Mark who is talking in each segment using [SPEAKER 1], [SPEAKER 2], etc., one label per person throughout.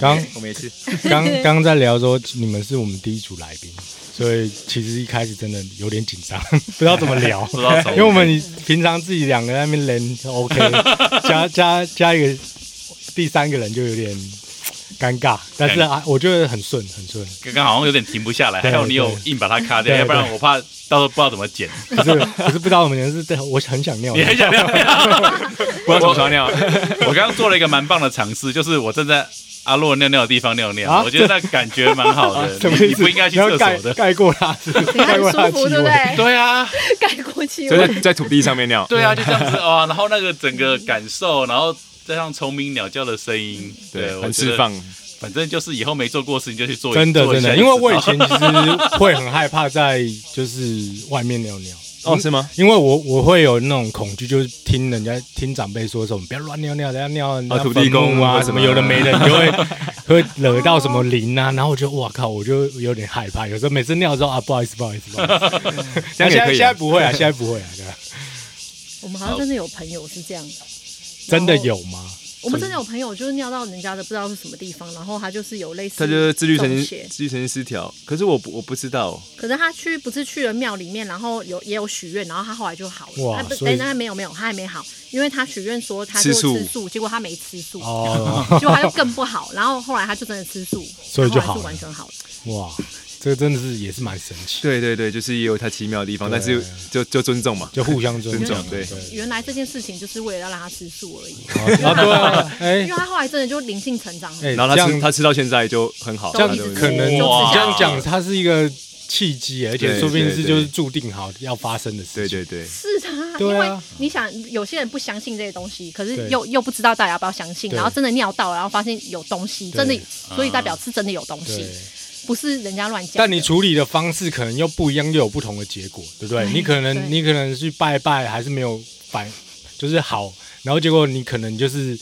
[SPEAKER 1] 刚
[SPEAKER 2] 我没事，
[SPEAKER 1] 刚 刚在聊说你们是我们第一组来宾，所以其实一开始真的有点紧张， 不知道怎么 聊，
[SPEAKER 2] 不知道怎么
[SPEAKER 1] 因为我们平常自己两个在那边人 OK，加加加一个第三个人就有点尴尬，但是啊，我觉得很顺很顺，
[SPEAKER 3] 刚刚好像有点停不下来，还
[SPEAKER 1] 对
[SPEAKER 3] 好你有
[SPEAKER 1] 对
[SPEAKER 3] 硬把它卡掉，
[SPEAKER 1] 对
[SPEAKER 3] 要不然我怕到时候不知道怎么 剪。
[SPEAKER 1] 可是 可是不知道我们人是，我很想尿
[SPEAKER 3] 你
[SPEAKER 1] 尿，
[SPEAKER 3] 很想尿尿，
[SPEAKER 2] 不要怎么尿尿，
[SPEAKER 3] 我刚刚做了一个蛮棒的尝试，就是我站在阿洛尿尿的地方尿尿，
[SPEAKER 1] 啊
[SPEAKER 3] 我觉得那感觉蛮好 的。
[SPEAKER 1] 什么
[SPEAKER 3] 你
[SPEAKER 1] 意
[SPEAKER 3] 你
[SPEAKER 1] 思？
[SPEAKER 3] 不应该去
[SPEAKER 1] 你
[SPEAKER 3] 厕所
[SPEAKER 1] 要盖
[SPEAKER 3] 的。
[SPEAKER 1] 盖过它 是不是， 盖
[SPEAKER 4] 很
[SPEAKER 1] 过它的
[SPEAKER 4] 舒
[SPEAKER 1] 气
[SPEAKER 4] 服，对
[SPEAKER 1] 味
[SPEAKER 4] 不。对？
[SPEAKER 3] 对啊，
[SPEAKER 4] 盖过气
[SPEAKER 2] 就
[SPEAKER 4] 味，
[SPEAKER 2] 在在土地上面尿。
[SPEAKER 3] 对啊，就这样 子哦，然后那个整个感受，然后再上虫鸣鸟叫的声音，对，
[SPEAKER 2] 对，
[SPEAKER 3] 我
[SPEAKER 2] 很
[SPEAKER 3] 觉得
[SPEAKER 2] 释。放。
[SPEAKER 3] 反正就是以后没做过事情就去做一，
[SPEAKER 1] 真的
[SPEAKER 3] 做一
[SPEAKER 1] 真
[SPEAKER 3] 下
[SPEAKER 1] 的，
[SPEAKER 3] 就
[SPEAKER 1] 因为我以
[SPEAKER 3] 知道
[SPEAKER 1] 前其实会很害怕在就是外面尿尿，
[SPEAKER 2] 哦，是吗？
[SPEAKER 1] 因为我我会有那种恐惧，就是听人家听长辈说什么，不要乱尿尿，等下尿人家
[SPEAKER 2] 啊土地公
[SPEAKER 1] 坟墓啊
[SPEAKER 2] 或
[SPEAKER 1] 什
[SPEAKER 2] 什
[SPEAKER 1] 么，
[SPEAKER 2] 么
[SPEAKER 1] 有的没的，你就 会会惹到什么灵啊，然后我就哇靠，我就有点害怕，有时候每次尿的时候啊，不好意思，不好意思，不好意思，
[SPEAKER 2] 这
[SPEAKER 1] 现
[SPEAKER 2] 样也
[SPEAKER 1] 在
[SPEAKER 2] 可以
[SPEAKER 1] 现
[SPEAKER 2] 啊
[SPEAKER 1] 在。不会啊，现在不会 啊，对啊
[SPEAKER 4] 我们好像真的有朋友是这样，
[SPEAKER 1] 真的有吗？
[SPEAKER 4] 我们真的有朋友就是尿到人家的不知道是什么地方，然后他就是有类似，
[SPEAKER 2] 他就是自律神
[SPEAKER 4] 中邪
[SPEAKER 2] 经自律神经失调，可是我不我不知道，
[SPEAKER 4] 可是他去不是去了庙里面，然后有也有许愿，然后他后来就好了。
[SPEAKER 1] 哇
[SPEAKER 4] 他不，
[SPEAKER 1] 所以
[SPEAKER 4] 但他没有没有，他还没好，因为他许愿说他就
[SPEAKER 2] 吃素
[SPEAKER 4] 吃素，结果他没吃素，
[SPEAKER 1] 哦，
[SPEAKER 4] 结果他又更不好。然后后来他就真的吃素，
[SPEAKER 1] 所以就
[SPEAKER 4] 然后
[SPEAKER 1] 好了
[SPEAKER 4] 后来是完全好了。
[SPEAKER 1] 哇，这个真的是也是蛮神奇，
[SPEAKER 2] 对对对，就是也有他奇妙的地方，
[SPEAKER 1] 对
[SPEAKER 2] 但是就就尊重嘛，
[SPEAKER 1] 就互相尊
[SPEAKER 2] 尊
[SPEAKER 1] 重
[SPEAKER 2] 重，对
[SPEAKER 4] 原来这件事情就是为了要让他吃素而已，
[SPEAKER 1] 啊，对 啊，哎
[SPEAKER 4] 因为他后来真的就灵性成长了。
[SPEAKER 1] 哎，
[SPEAKER 2] 然后
[SPEAKER 1] 这
[SPEAKER 2] 他
[SPEAKER 1] 样
[SPEAKER 2] 吃他吃到现在就很好，
[SPEAKER 1] 这样
[SPEAKER 2] 他就
[SPEAKER 1] 可能
[SPEAKER 3] 哇
[SPEAKER 1] 这样讲，它是一个契机，而且
[SPEAKER 2] 对
[SPEAKER 1] 说不定是
[SPEAKER 2] 对对
[SPEAKER 1] 就是注定好要发生的事
[SPEAKER 2] 对
[SPEAKER 1] 情。
[SPEAKER 2] 对对，
[SPEAKER 4] 是啊，因
[SPEAKER 1] 对啊
[SPEAKER 4] 为你想，有些人不相信这些东西，可
[SPEAKER 1] 对
[SPEAKER 4] 是又又不知道大家要不要相信，
[SPEAKER 1] 对
[SPEAKER 4] 然后真的尿到了，然后发现有东西，
[SPEAKER 1] 对啊
[SPEAKER 4] 真的，所以代表是真的有东西，不是人家乱讲的。
[SPEAKER 1] 但你处理的方式可能又不一样，又有不同的结果，对不对？你可
[SPEAKER 4] 哎对
[SPEAKER 1] 能你可能去拜拜，还是没有反，就是好，然后结果你可能就是。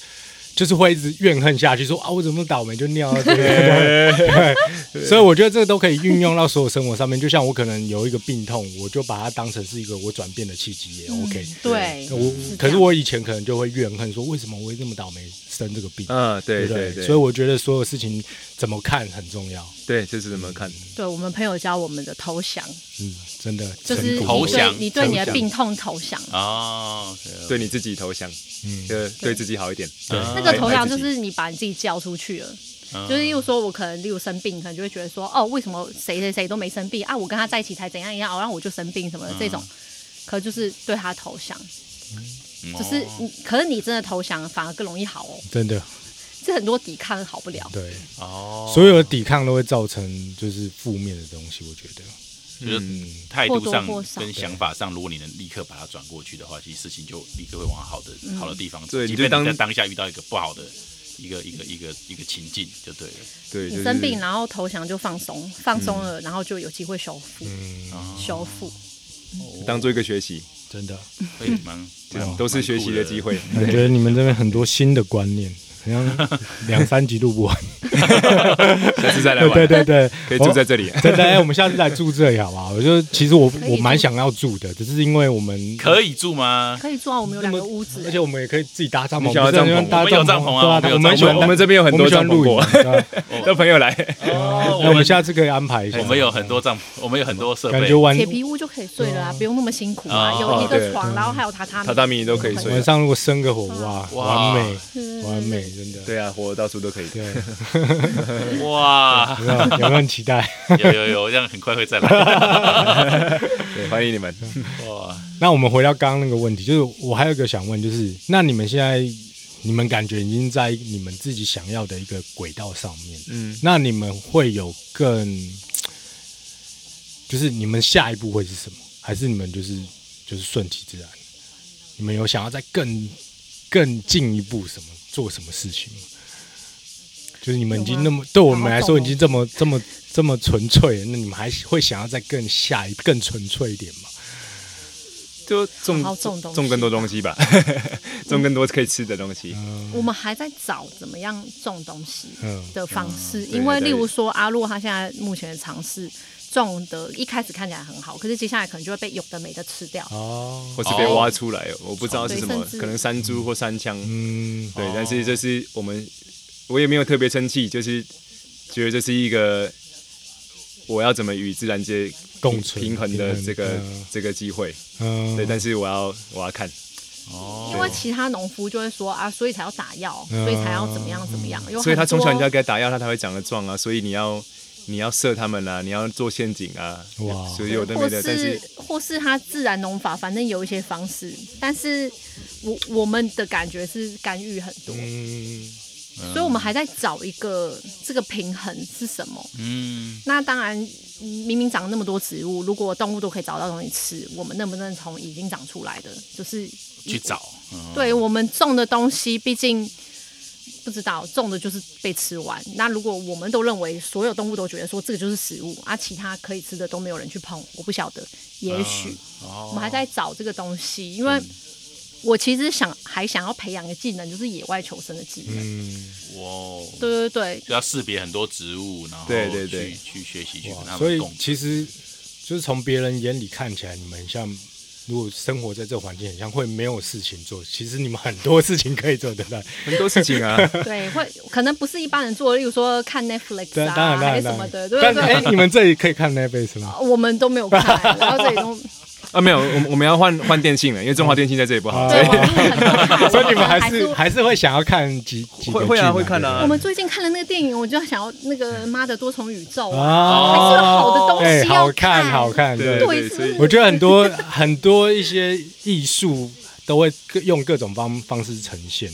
[SPEAKER 1] 就是会一直怨恨下去，说啊，我怎么那么倒霉就尿到这个对， 所以我觉得这个都可以运用到所有生活上面。就像我可能有一个病痛，我就把它当成是一个我转变的契机也 OK。
[SPEAKER 4] 对，
[SPEAKER 1] 我
[SPEAKER 4] 嗯这
[SPEAKER 1] 可是
[SPEAKER 4] 样
[SPEAKER 1] 我以前可能就会怨恨说，为什么我会那么倒霉生这个病，
[SPEAKER 2] 嗯，对
[SPEAKER 1] 不
[SPEAKER 2] 对对，
[SPEAKER 1] 所以我觉得所有事情怎么看很重要。
[SPEAKER 2] 对这是怎么看？
[SPEAKER 4] 对我们朋友教我们的投降，
[SPEAKER 1] 嗯，真的，
[SPEAKER 4] 就是
[SPEAKER 1] 成
[SPEAKER 4] 你
[SPEAKER 1] 果
[SPEAKER 3] 投降
[SPEAKER 4] 对你对你的
[SPEAKER 2] 投降
[SPEAKER 4] 病痛投降。
[SPEAKER 3] 哦，
[SPEAKER 2] 对你自己投降，
[SPEAKER 1] 嗯，
[SPEAKER 2] 呃，对自己好一点，
[SPEAKER 3] 对
[SPEAKER 4] 那个投降
[SPEAKER 2] 爱自
[SPEAKER 4] 就
[SPEAKER 2] 己
[SPEAKER 4] 是你把你自己叫出去了。
[SPEAKER 3] 啊
[SPEAKER 4] 就是，例如说，我可能例如生病，可能就会觉得说，哦，为什么谁谁谁都没生病啊？我跟他在一起才怎样一样，哦，然后我就生病什么的、这种，可就是对他投降，
[SPEAKER 3] 嗯
[SPEAKER 4] 就是你，可是你真的投降反而更容易好哦，
[SPEAKER 1] 真的
[SPEAKER 4] 这很多抵抗好不了。
[SPEAKER 1] 对，
[SPEAKER 3] 哦，
[SPEAKER 1] 所有的抵抗都会造成就是负面的东西。我觉得，
[SPEAKER 3] 就是
[SPEAKER 2] 嗯，
[SPEAKER 3] 态度上
[SPEAKER 4] 或多或少
[SPEAKER 3] 跟想法上，如果你能立刻把它转过去的话，其实事情就立刻会往好的
[SPEAKER 4] 嗯
[SPEAKER 3] 好的地方走。
[SPEAKER 2] 对
[SPEAKER 3] 即
[SPEAKER 2] 你
[SPEAKER 3] 便
[SPEAKER 2] 就
[SPEAKER 3] 你
[SPEAKER 2] 当
[SPEAKER 3] 在当下遇到一个不好的一个一个一个一个情境，就对了。
[SPEAKER 2] 对，
[SPEAKER 4] 你
[SPEAKER 2] 就是嗯
[SPEAKER 4] 生病，然后投降就放松，放松了，然后就有机会修复，修复。
[SPEAKER 2] 嗯当做一个学习，
[SPEAKER 1] 真的，
[SPEAKER 3] 会哦哎蛮哦蛮
[SPEAKER 2] 都是学习的机。会，
[SPEAKER 1] 感觉你们这边很多新的观念，好像两三集录不完。
[SPEAKER 2] 下次再来
[SPEAKER 1] 对 对对
[SPEAKER 2] 玩，
[SPEAKER 1] 对，
[SPEAKER 2] 可以住
[SPEAKER 1] 我
[SPEAKER 2] 在这里，
[SPEAKER 1] 真的，哎，我们下次来住这里好不好？我就其实我
[SPEAKER 4] 可以
[SPEAKER 1] 我蛮
[SPEAKER 4] 住
[SPEAKER 1] 想要住的，只是因为我们
[SPEAKER 3] 可以住 吗？
[SPEAKER 4] 可以做啊，我们有两
[SPEAKER 1] 那
[SPEAKER 4] 个
[SPEAKER 1] 么
[SPEAKER 4] 屋子
[SPEAKER 1] 而，且我们也可以自己搭帐篷，
[SPEAKER 2] 你想要
[SPEAKER 1] 不是很喜欢搭
[SPEAKER 2] 帐篷
[SPEAKER 3] 我们有
[SPEAKER 1] 帐
[SPEAKER 3] 篷啊
[SPEAKER 1] 对啊，
[SPEAKER 3] 我们有
[SPEAKER 1] 们喜
[SPEAKER 3] 帐
[SPEAKER 1] 欢
[SPEAKER 3] 篷
[SPEAKER 2] 我们这边有很多
[SPEAKER 1] 喜欢
[SPEAKER 2] 帐
[SPEAKER 1] 露
[SPEAKER 2] 篷
[SPEAKER 1] 营
[SPEAKER 2] 过，
[SPEAKER 1] 对啊
[SPEAKER 2] 让朋友来，
[SPEAKER 3] 哦
[SPEAKER 1] 那我们下次可以安排一下。
[SPEAKER 3] 我们有很多帐，我们有很多设
[SPEAKER 1] 感
[SPEAKER 3] 备
[SPEAKER 1] 觉。玩
[SPEAKER 4] 铁皮屋就可以睡了啊，不用那么辛苦啊，
[SPEAKER 3] 哦
[SPEAKER 4] 有一
[SPEAKER 2] 哦
[SPEAKER 4] 个
[SPEAKER 2] 嗯对
[SPEAKER 4] 床，然后还有榻榻米。
[SPEAKER 2] 榻榻米你都可以
[SPEAKER 1] 晚
[SPEAKER 2] 睡，
[SPEAKER 1] 上如果生个火，哇，
[SPEAKER 3] 哇
[SPEAKER 1] 完美，完美，真的。
[SPEAKER 2] 对啊，活到处都可以，
[SPEAKER 1] 对，
[SPEAKER 3] 哇，
[SPEAKER 1] 有没有有没有很期待？
[SPEAKER 3] 有有有，这样很快会再 来。
[SPEAKER 1] 啊
[SPEAKER 2] 对，欢迎你们，
[SPEAKER 1] 嗯
[SPEAKER 3] 哇，
[SPEAKER 1] 那我们回到刚刚那个问题，就是我还有一个想问，就是那你们现在，你们感觉已经在你们自己想要的一个轨道上面，
[SPEAKER 2] 嗯，
[SPEAKER 1] 那你们会有更，就是你们下一步会是什么？还是你们就是就是顺其自然？你们有想要再更更进一步什么做什么事情吗？就是你们已经那么对我们来说已经这么这么这么纯粹了，那你们还会想要再更下一更纯粹一点吗？
[SPEAKER 2] 就种
[SPEAKER 4] 好好种东西啊
[SPEAKER 2] 种更多东 西吧，种更多可以吃的东西，
[SPEAKER 4] 我们还在找怎么样种东西
[SPEAKER 1] 嗯
[SPEAKER 4] 的方式，
[SPEAKER 2] 对
[SPEAKER 4] 因为
[SPEAKER 2] 对
[SPEAKER 4] 例如说阿洛他现在目前的尝试种的，一开始看起来很好，可是接下来可能就会被有的没的吃掉。
[SPEAKER 1] 哦，
[SPEAKER 2] 或是被挖出来，我不知道是什么
[SPEAKER 4] 哦对甚，至
[SPEAKER 2] 可能山猪或山枪，
[SPEAKER 1] 嗯，
[SPEAKER 2] 对，但是这是我们我也没有特别生气，就是觉得这是一个我要怎么与自然界
[SPEAKER 1] 共存
[SPEAKER 2] 平衡的这个、
[SPEAKER 1] 平衡嗯
[SPEAKER 2] 这个机会。
[SPEAKER 1] 嗯，
[SPEAKER 2] 对，但是我要我要看，
[SPEAKER 3] 哦，
[SPEAKER 4] 因为其他农夫就会说啊，所以才要打药，所以才要怎么样怎么样。有
[SPEAKER 2] 嗯所以他
[SPEAKER 4] 很多
[SPEAKER 2] 从小你就要给他打药，他才会长得壮啊。所以你要你要射他们啊，你要做陷阱啊，
[SPEAKER 1] 哇
[SPEAKER 2] 所以有的
[SPEAKER 4] 或
[SPEAKER 2] 没的，但
[SPEAKER 4] 是
[SPEAKER 2] 是
[SPEAKER 4] 或是他自然农法，反正有一些方式，但是我我们的感觉是干预很多，
[SPEAKER 1] 嗯，
[SPEAKER 4] 所以我们还在找一个这个平衡是什么。
[SPEAKER 3] 嗯，
[SPEAKER 4] 那当然，嗯明明长了那么多植物，如果动物都可以找到东西吃，我们能不能从已经长出来的，就是
[SPEAKER 3] 去找，嗯
[SPEAKER 4] 对我们种的东西，毕竟不知道种的就是被吃完。那如果我们都认为所有动物都觉得说这个就是食物啊，其他可以吃的都没有人去碰，我不晓得，也许、我们还在找这个东西，因为我其实想还想要培养一个技能，就是野外求生的技能。
[SPEAKER 3] 哇哦，
[SPEAKER 4] 对对对，
[SPEAKER 3] 就要识别很多植物，然后
[SPEAKER 2] 对对对
[SPEAKER 3] 去去学习去跟哦他
[SPEAKER 1] 所
[SPEAKER 3] 们
[SPEAKER 1] 以
[SPEAKER 3] 共存。
[SPEAKER 1] 其实就是从别人眼里看起来，你们很像如果生活在这环境，很像会没有事情做。其实你们很多事情可以做得到。
[SPEAKER 2] 很多事情啊，
[SPEAKER 4] 对，会可能不是一般人做的，例如说看 Netflix
[SPEAKER 1] 当当然
[SPEAKER 4] 啊，
[SPEAKER 1] 当
[SPEAKER 4] 还
[SPEAKER 1] 然
[SPEAKER 4] 是什
[SPEAKER 1] 当
[SPEAKER 4] 么
[SPEAKER 1] 然，
[SPEAKER 4] 的，对
[SPEAKER 1] 但
[SPEAKER 4] 对
[SPEAKER 1] 是哎、
[SPEAKER 4] 对。
[SPEAKER 1] 你们这里可以看 Netflix 吗？
[SPEAKER 4] 我们都没有看，然后这里都
[SPEAKER 2] 啊没有，我们我们要换换电信了，因为中华电信在这里不好。
[SPEAKER 1] 啊
[SPEAKER 4] 对，网络很多看
[SPEAKER 1] 所以你们还
[SPEAKER 4] 我
[SPEAKER 1] 是还是会想要看几几个
[SPEAKER 2] 会会啊
[SPEAKER 1] 剧嘛
[SPEAKER 2] 会看啊
[SPEAKER 4] 我们最近看了那个电影，我就想要那个妈的多重宇宙
[SPEAKER 1] 对不对
[SPEAKER 4] 啊，
[SPEAKER 1] 嗯
[SPEAKER 4] 还
[SPEAKER 1] 啊，
[SPEAKER 4] 是有好的东
[SPEAKER 1] 哎、
[SPEAKER 4] 西
[SPEAKER 1] 好
[SPEAKER 4] 要
[SPEAKER 1] 看好。看，
[SPEAKER 2] 对
[SPEAKER 1] 对
[SPEAKER 4] 对，
[SPEAKER 2] 所以
[SPEAKER 1] 我觉得很多很多一些艺术都会各用各种方方式呈现，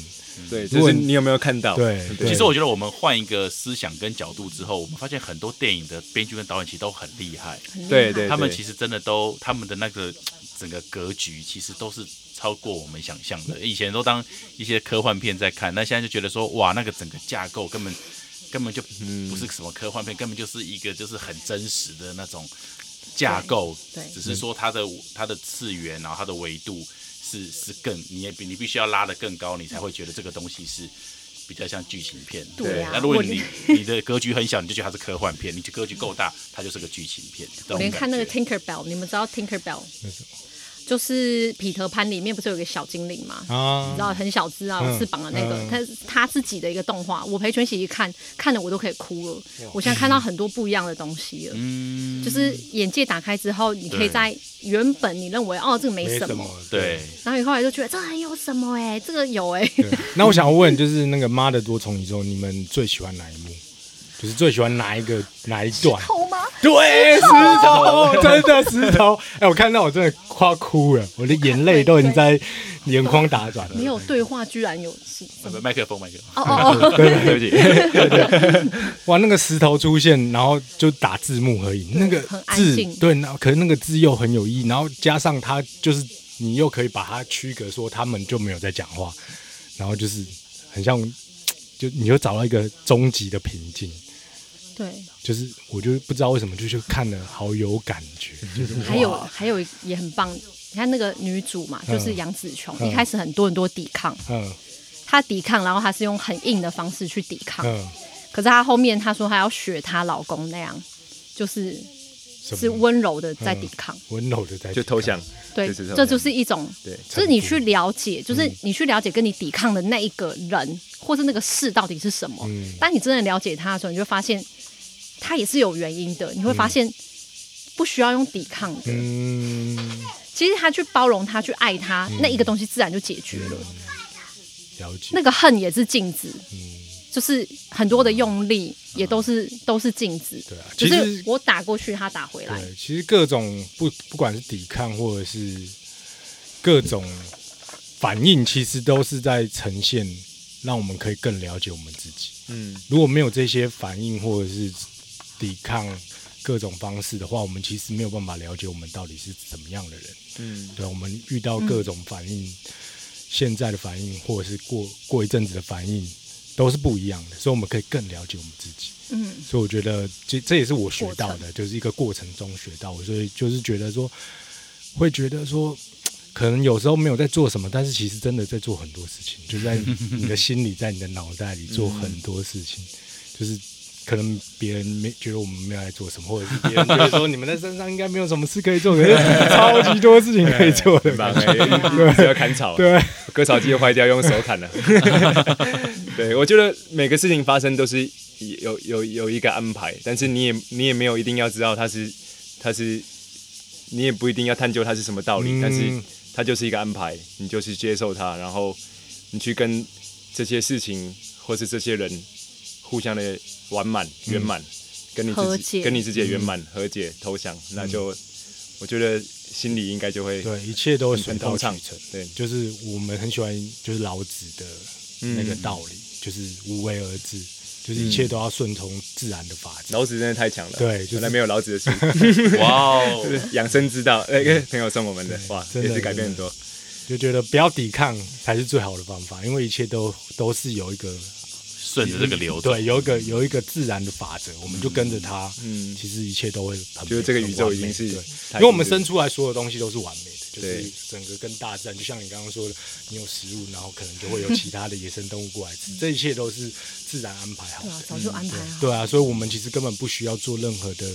[SPEAKER 2] 对，
[SPEAKER 1] 如
[SPEAKER 2] 就
[SPEAKER 1] 果
[SPEAKER 2] 是
[SPEAKER 1] 你
[SPEAKER 2] 你有没有看到？
[SPEAKER 1] 对对
[SPEAKER 3] 其实我觉得我们换一个思想跟角度之后，我们发现很多电影的编剧跟导演其实都很厉害，
[SPEAKER 4] 嗯
[SPEAKER 2] 对对，
[SPEAKER 3] 他们
[SPEAKER 2] 对
[SPEAKER 3] 其实真的都他们的那个整个格局其实都是超过我们想象的。以前都当一些科幻片在看，那现在就觉得说哇，那个整个架构根本根本就不是什么科幻片，根本就是一个就是很真实的那种架构，
[SPEAKER 4] 对对
[SPEAKER 3] 只是说它的它的次元，然后它的维度是是更你也必你必须要拉得更高，你才会觉得这个东西是。比较像剧情片，
[SPEAKER 4] 对啊
[SPEAKER 3] 那如果
[SPEAKER 4] 我
[SPEAKER 3] 你 你的格局很小，你就觉得它是科幻片；你格局够大，它就是个剧情片。这种
[SPEAKER 4] 我连
[SPEAKER 3] 感
[SPEAKER 4] 看那个
[SPEAKER 3] 觉
[SPEAKER 4] Tinker Bell，你们知道 Tinker Bell
[SPEAKER 1] 那什
[SPEAKER 4] 就是彼得潘里面不是有个小精灵吗？你
[SPEAKER 1] 啊
[SPEAKER 4] 知，道很小只啊，有翅膀的那个
[SPEAKER 1] 嗯，
[SPEAKER 4] 他他自己的一个动画，我陪全喜一看，看的我都可以哭了。我现在看到很多不一样的东西了，
[SPEAKER 3] 嗯，
[SPEAKER 4] 就是眼界打开之后，你可
[SPEAKER 3] 对
[SPEAKER 4] 以在原本你认为哦这个没
[SPEAKER 1] 没
[SPEAKER 4] 什
[SPEAKER 1] 什
[SPEAKER 4] 么
[SPEAKER 1] 么，，
[SPEAKER 3] 对。
[SPEAKER 4] 然后你后来就觉得这很有什么哎、这个有哎、
[SPEAKER 1] 对那我想问，就是那个《妈的多重宇宙》，你们最喜欢哪一幕？就是最喜欢哪一个哪一段？
[SPEAKER 4] 好吗？
[SPEAKER 1] 对，石头，真的石头。哎、我看到我真的快哭了，我的眼泪都已经在眼眶打转了。
[SPEAKER 4] 没有对话，居然有是
[SPEAKER 3] 不麦克风，麦克风，
[SPEAKER 4] 哦哦哦，
[SPEAKER 2] 对不起，
[SPEAKER 1] 哇，那个石头出现，然后就打字幕而已，那个
[SPEAKER 4] 很安
[SPEAKER 1] 字
[SPEAKER 4] 静
[SPEAKER 1] 对，那可是那个字又很有意义，然后加上它就是你又可以把它区隔说他们就没有在讲话，然后就是很像，就你就找到一个终极的平静。
[SPEAKER 4] 对，
[SPEAKER 1] 就是我就不知道为什么就去看了，好有感觉，就是
[SPEAKER 4] 还有还有也很棒。你看那个女主嘛，就是杨紫琼，一开始很多很多抵抗，
[SPEAKER 1] 嗯
[SPEAKER 4] 她抵抗，然后她是用很硬的方式去抵抗，
[SPEAKER 1] 嗯，
[SPEAKER 4] 可是她后面她说她要学她老公那样，就是
[SPEAKER 1] 什
[SPEAKER 4] 是
[SPEAKER 1] 么嗯
[SPEAKER 4] 温柔的在抵抗，
[SPEAKER 1] 温柔的在
[SPEAKER 2] 就投降。
[SPEAKER 4] 对，
[SPEAKER 2] 就是这种
[SPEAKER 4] 这就是一种，
[SPEAKER 2] 对
[SPEAKER 4] 就是你去了解，
[SPEAKER 1] 嗯
[SPEAKER 4] 就是你去了解跟你抵抗的那一个人、或是那个事到底是什么。
[SPEAKER 1] 嗯
[SPEAKER 4] 当你真的了解他的时候，你就会发现他也是有原因的，你会发现不需要用抵抗的。
[SPEAKER 1] 嗯，
[SPEAKER 4] 其实他去包容他，去爱他，
[SPEAKER 2] 嗯
[SPEAKER 4] 那一个东西自然就解决了。
[SPEAKER 1] 了解，
[SPEAKER 4] 那个恨也是镜子，
[SPEAKER 1] 嗯，
[SPEAKER 4] 就是很多的用力也都是、都是镜子。
[SPEAKER 1] 对啊
[SPEAKER 4] 就
[SPEAKER 1] 其
[SPEAKER 4] 是
[SPEAKER 1] 实
[SPEAKER 4] 我打过去，他打回来。
[SPEAKER 1] 对，其实各种不不管是抵抗或者是各种反应，其实都是在呈现，让我们可以更了解我们自己。
[SPEAKER 2] 嗯，
[SPEAKER 1] 如果没有这些反应或者是抵抗各种方式的话，我们其实没有办法了解我们到底是怎么样的人。
[SPEAKER 2] 嗯，
[SPEAKER 1] 对，啊我们遇到各种反应，现在的反应或者是过过一阵子的反应都是不一样的，所以我们可以更了解我们自己。
[SPEAKER 4] 嗯，
[SPEAKER 1] 所以我觉得这这也是我学到
[SPEAKER 4] 过
[SPEAKER 1] 的，就是一个过程中学到的，所以就是觉得说，会觉得说。可能有时候没有在做什么，但是其实真的在做很多事情，就在你的心里，在你的脑袋里做很多事情，就是可能别人没觉得我们没有在做什么，或者是别人觉得说你们在身上应该没有什么事可以做，可是超级多事情可以做的
[SPEAKER 2] 很棒哎，只要砍草，
[SPEAKER 1] 对，啊
[SPEAKER 2] 割草机又坏掉，用手砍了。 对，我觉得每个事情发生都是有有有一个安排，但是你也你也没有一定要知道它是它是，你也不一定要探究它是什么道理，
[SPEAKER 1] 嗯
[SPEAKER 2] 但是它就是一个安排，你就去接受它，然后你去跟这些事情或是这些人互相的完满圆
[SPEAKER 1] 嗯
[SPEAKER 2] 满，跟你
[SPEAKER 4] 和
[SPEAKER 2] 自己
[SPEAKER 4] 解
[SPEAKER 2] 跟你自己的圆满和解投降，那就我觉得心里应该就会
[SPEAKER 1] 嗯对，一切都会水
[SPEAKER 2] 很
[SPEAKER 1] 到
[SPEAKER 2] 通
[SPEAKER 1] 渠
[SPEAKER 2] 畅
[SPEAKER 1] 成。，
[SPEAKER 2] 对，
[SPEAKER 1] 就是我们很喜欢就是老子的那个道理，就是无为而治，就是一切都要顺从自然的法则。
[SPEAKER 2] 老子真的太强了，
[SPEAKER 1] 对就是
[SPEAKER 2] 本来没有老子的书。
[SPEAKER 3] 哇哦，
[SPEAKER 2] 养生之道，那个朋友送我们的，哇，
[SPEAKER 1] 真的
[SPEAKER 2] 也是改变很多。
[SPEAKER 1] 就觉得不要抵抗才是最好的方法，因为一切都都是有一个
[SPEAKER 3] 顺着这个流走，
[SPEAKER 1] 对，有一个有一个自然的法则，我们就跟着它，嗯，其实一切都会很
[SPEAKER 2] 就是这个宇宙已
[SPEAKER 1] 很完
[SPEAKER 2] 经
[SPEAKER 1] 美
[SPEAKER 2] 是
[SPEAKER 1] 对，
[SPEAKER 2] 太
[SPEAKER 1] 因为我们
[SPEAKER 2] 平
[SPEAKER 1] 生出来所有东西都是完美的，就是
[SPEAKER 2] 对
[SPEAKER 1] 整个跟大自然，就像你刚刚说的，你有食物，然后可能就会有其他的野生动物过来 吃，这一切都是自然安排好
[SPEAKER 4] 对啊
[SPEAKER 1] 的，，
[SPEAKER 4] 早就安排好。
[SPEAKER 1] 对啊，所以我们其实根本不需要做任何的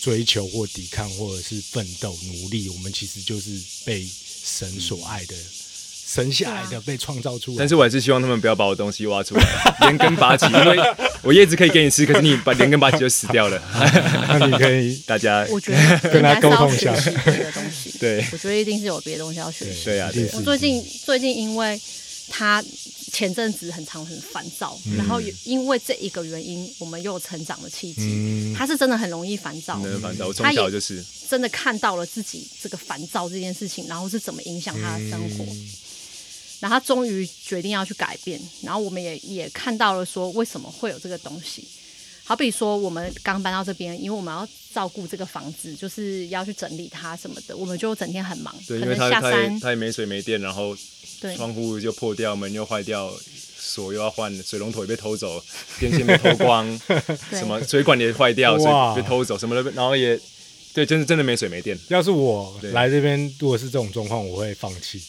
[SPEAKER 1] 追求或抵抗，或者是奋斗努力，我们其实就是被神所爱的。生下
[SPEAKER 4] 啊
[SPEAKER 1] 来的被创造出来的，
[SPEAKER 2] 嗯但是我还是希望他们不要把我东西挖出来，连根拔起，因为我叶子可以给你吃，可是你把连根拔起就死掉了。
[SPEAKER 1] 那你可 以
[SPEAKER 2] 大家
[SPEAKER 4] 我觉得
[SPEAKER 1] 跟他
[SPEAKER 4] 应该是要
[SPEAKER 1] 沟通一下
[SPEAKER 4] 学习别的东西。
[SPEAKER 2] 对
[SPEAKER 4] 我觉得一定是有别的东西要学习。
[SPEAKER 2] 对啊，
[SPEAKER 1] 一定
[SPEAKER 2] 对啊
[SPEAKER 1] 是
[SPEAKER 4] 我最近最近因为他前阵子很长很烦躁，
[SPEAKER 2] 嗯
[SPEAKER 4] 然后也因为这一个原因，我们又有成长的契机。
[SPEAKER 1] 嗯
[SPEAKER 4] 他是真的很容易烦躁，
[SPEAKER 2] 嗯真的烦躁。我从
[SPEAKER 4] 他也
[SPEAKER 2] 小就是，
[SPEAKER 4] 真的看到了自己这个烦躁这件事情，然后是怎么影响他的生活。
[SPEAKER 2] 嗯
[SPEAKER 4] 然后他终于决定要去改变，然后我们也也看到了说为什么会有这个东西。好比说我们刚搬到这边，因为我们要照顾这个房子，就是要去整理它什么的，我们就整天很忙，
[SPEAKER 2] 对，
[SPEAKER 4] 可
[SPEAKER 2] 因为
[SPEAKER 4] 能
[SPEAKER 2] 他
[SPEAKER 4] 下
[SPEAKER 2] 他也
[SPEAKER 4] 山
[SPEAKER 2] 他也没水没电，然后
[SPEAKER 4] 对
[SPEAKER 2] 窗户就破掉，门又坏掉，锁又要换，水龙头也被偷走，电线被偷光，
[SPEAKER 4] 对
[SPEAKER 2] 什么水管也坏掉，
[SPEAKER 1] 哇
[SPEAKER 2] 水被偷走，什么的，然后也对，真的真的没水没电。
[SPEAKER 1] 要是我
[SPEAKER 2] 对
[SPEAKER 1] 来这边，如果是这种状况，我会放弃。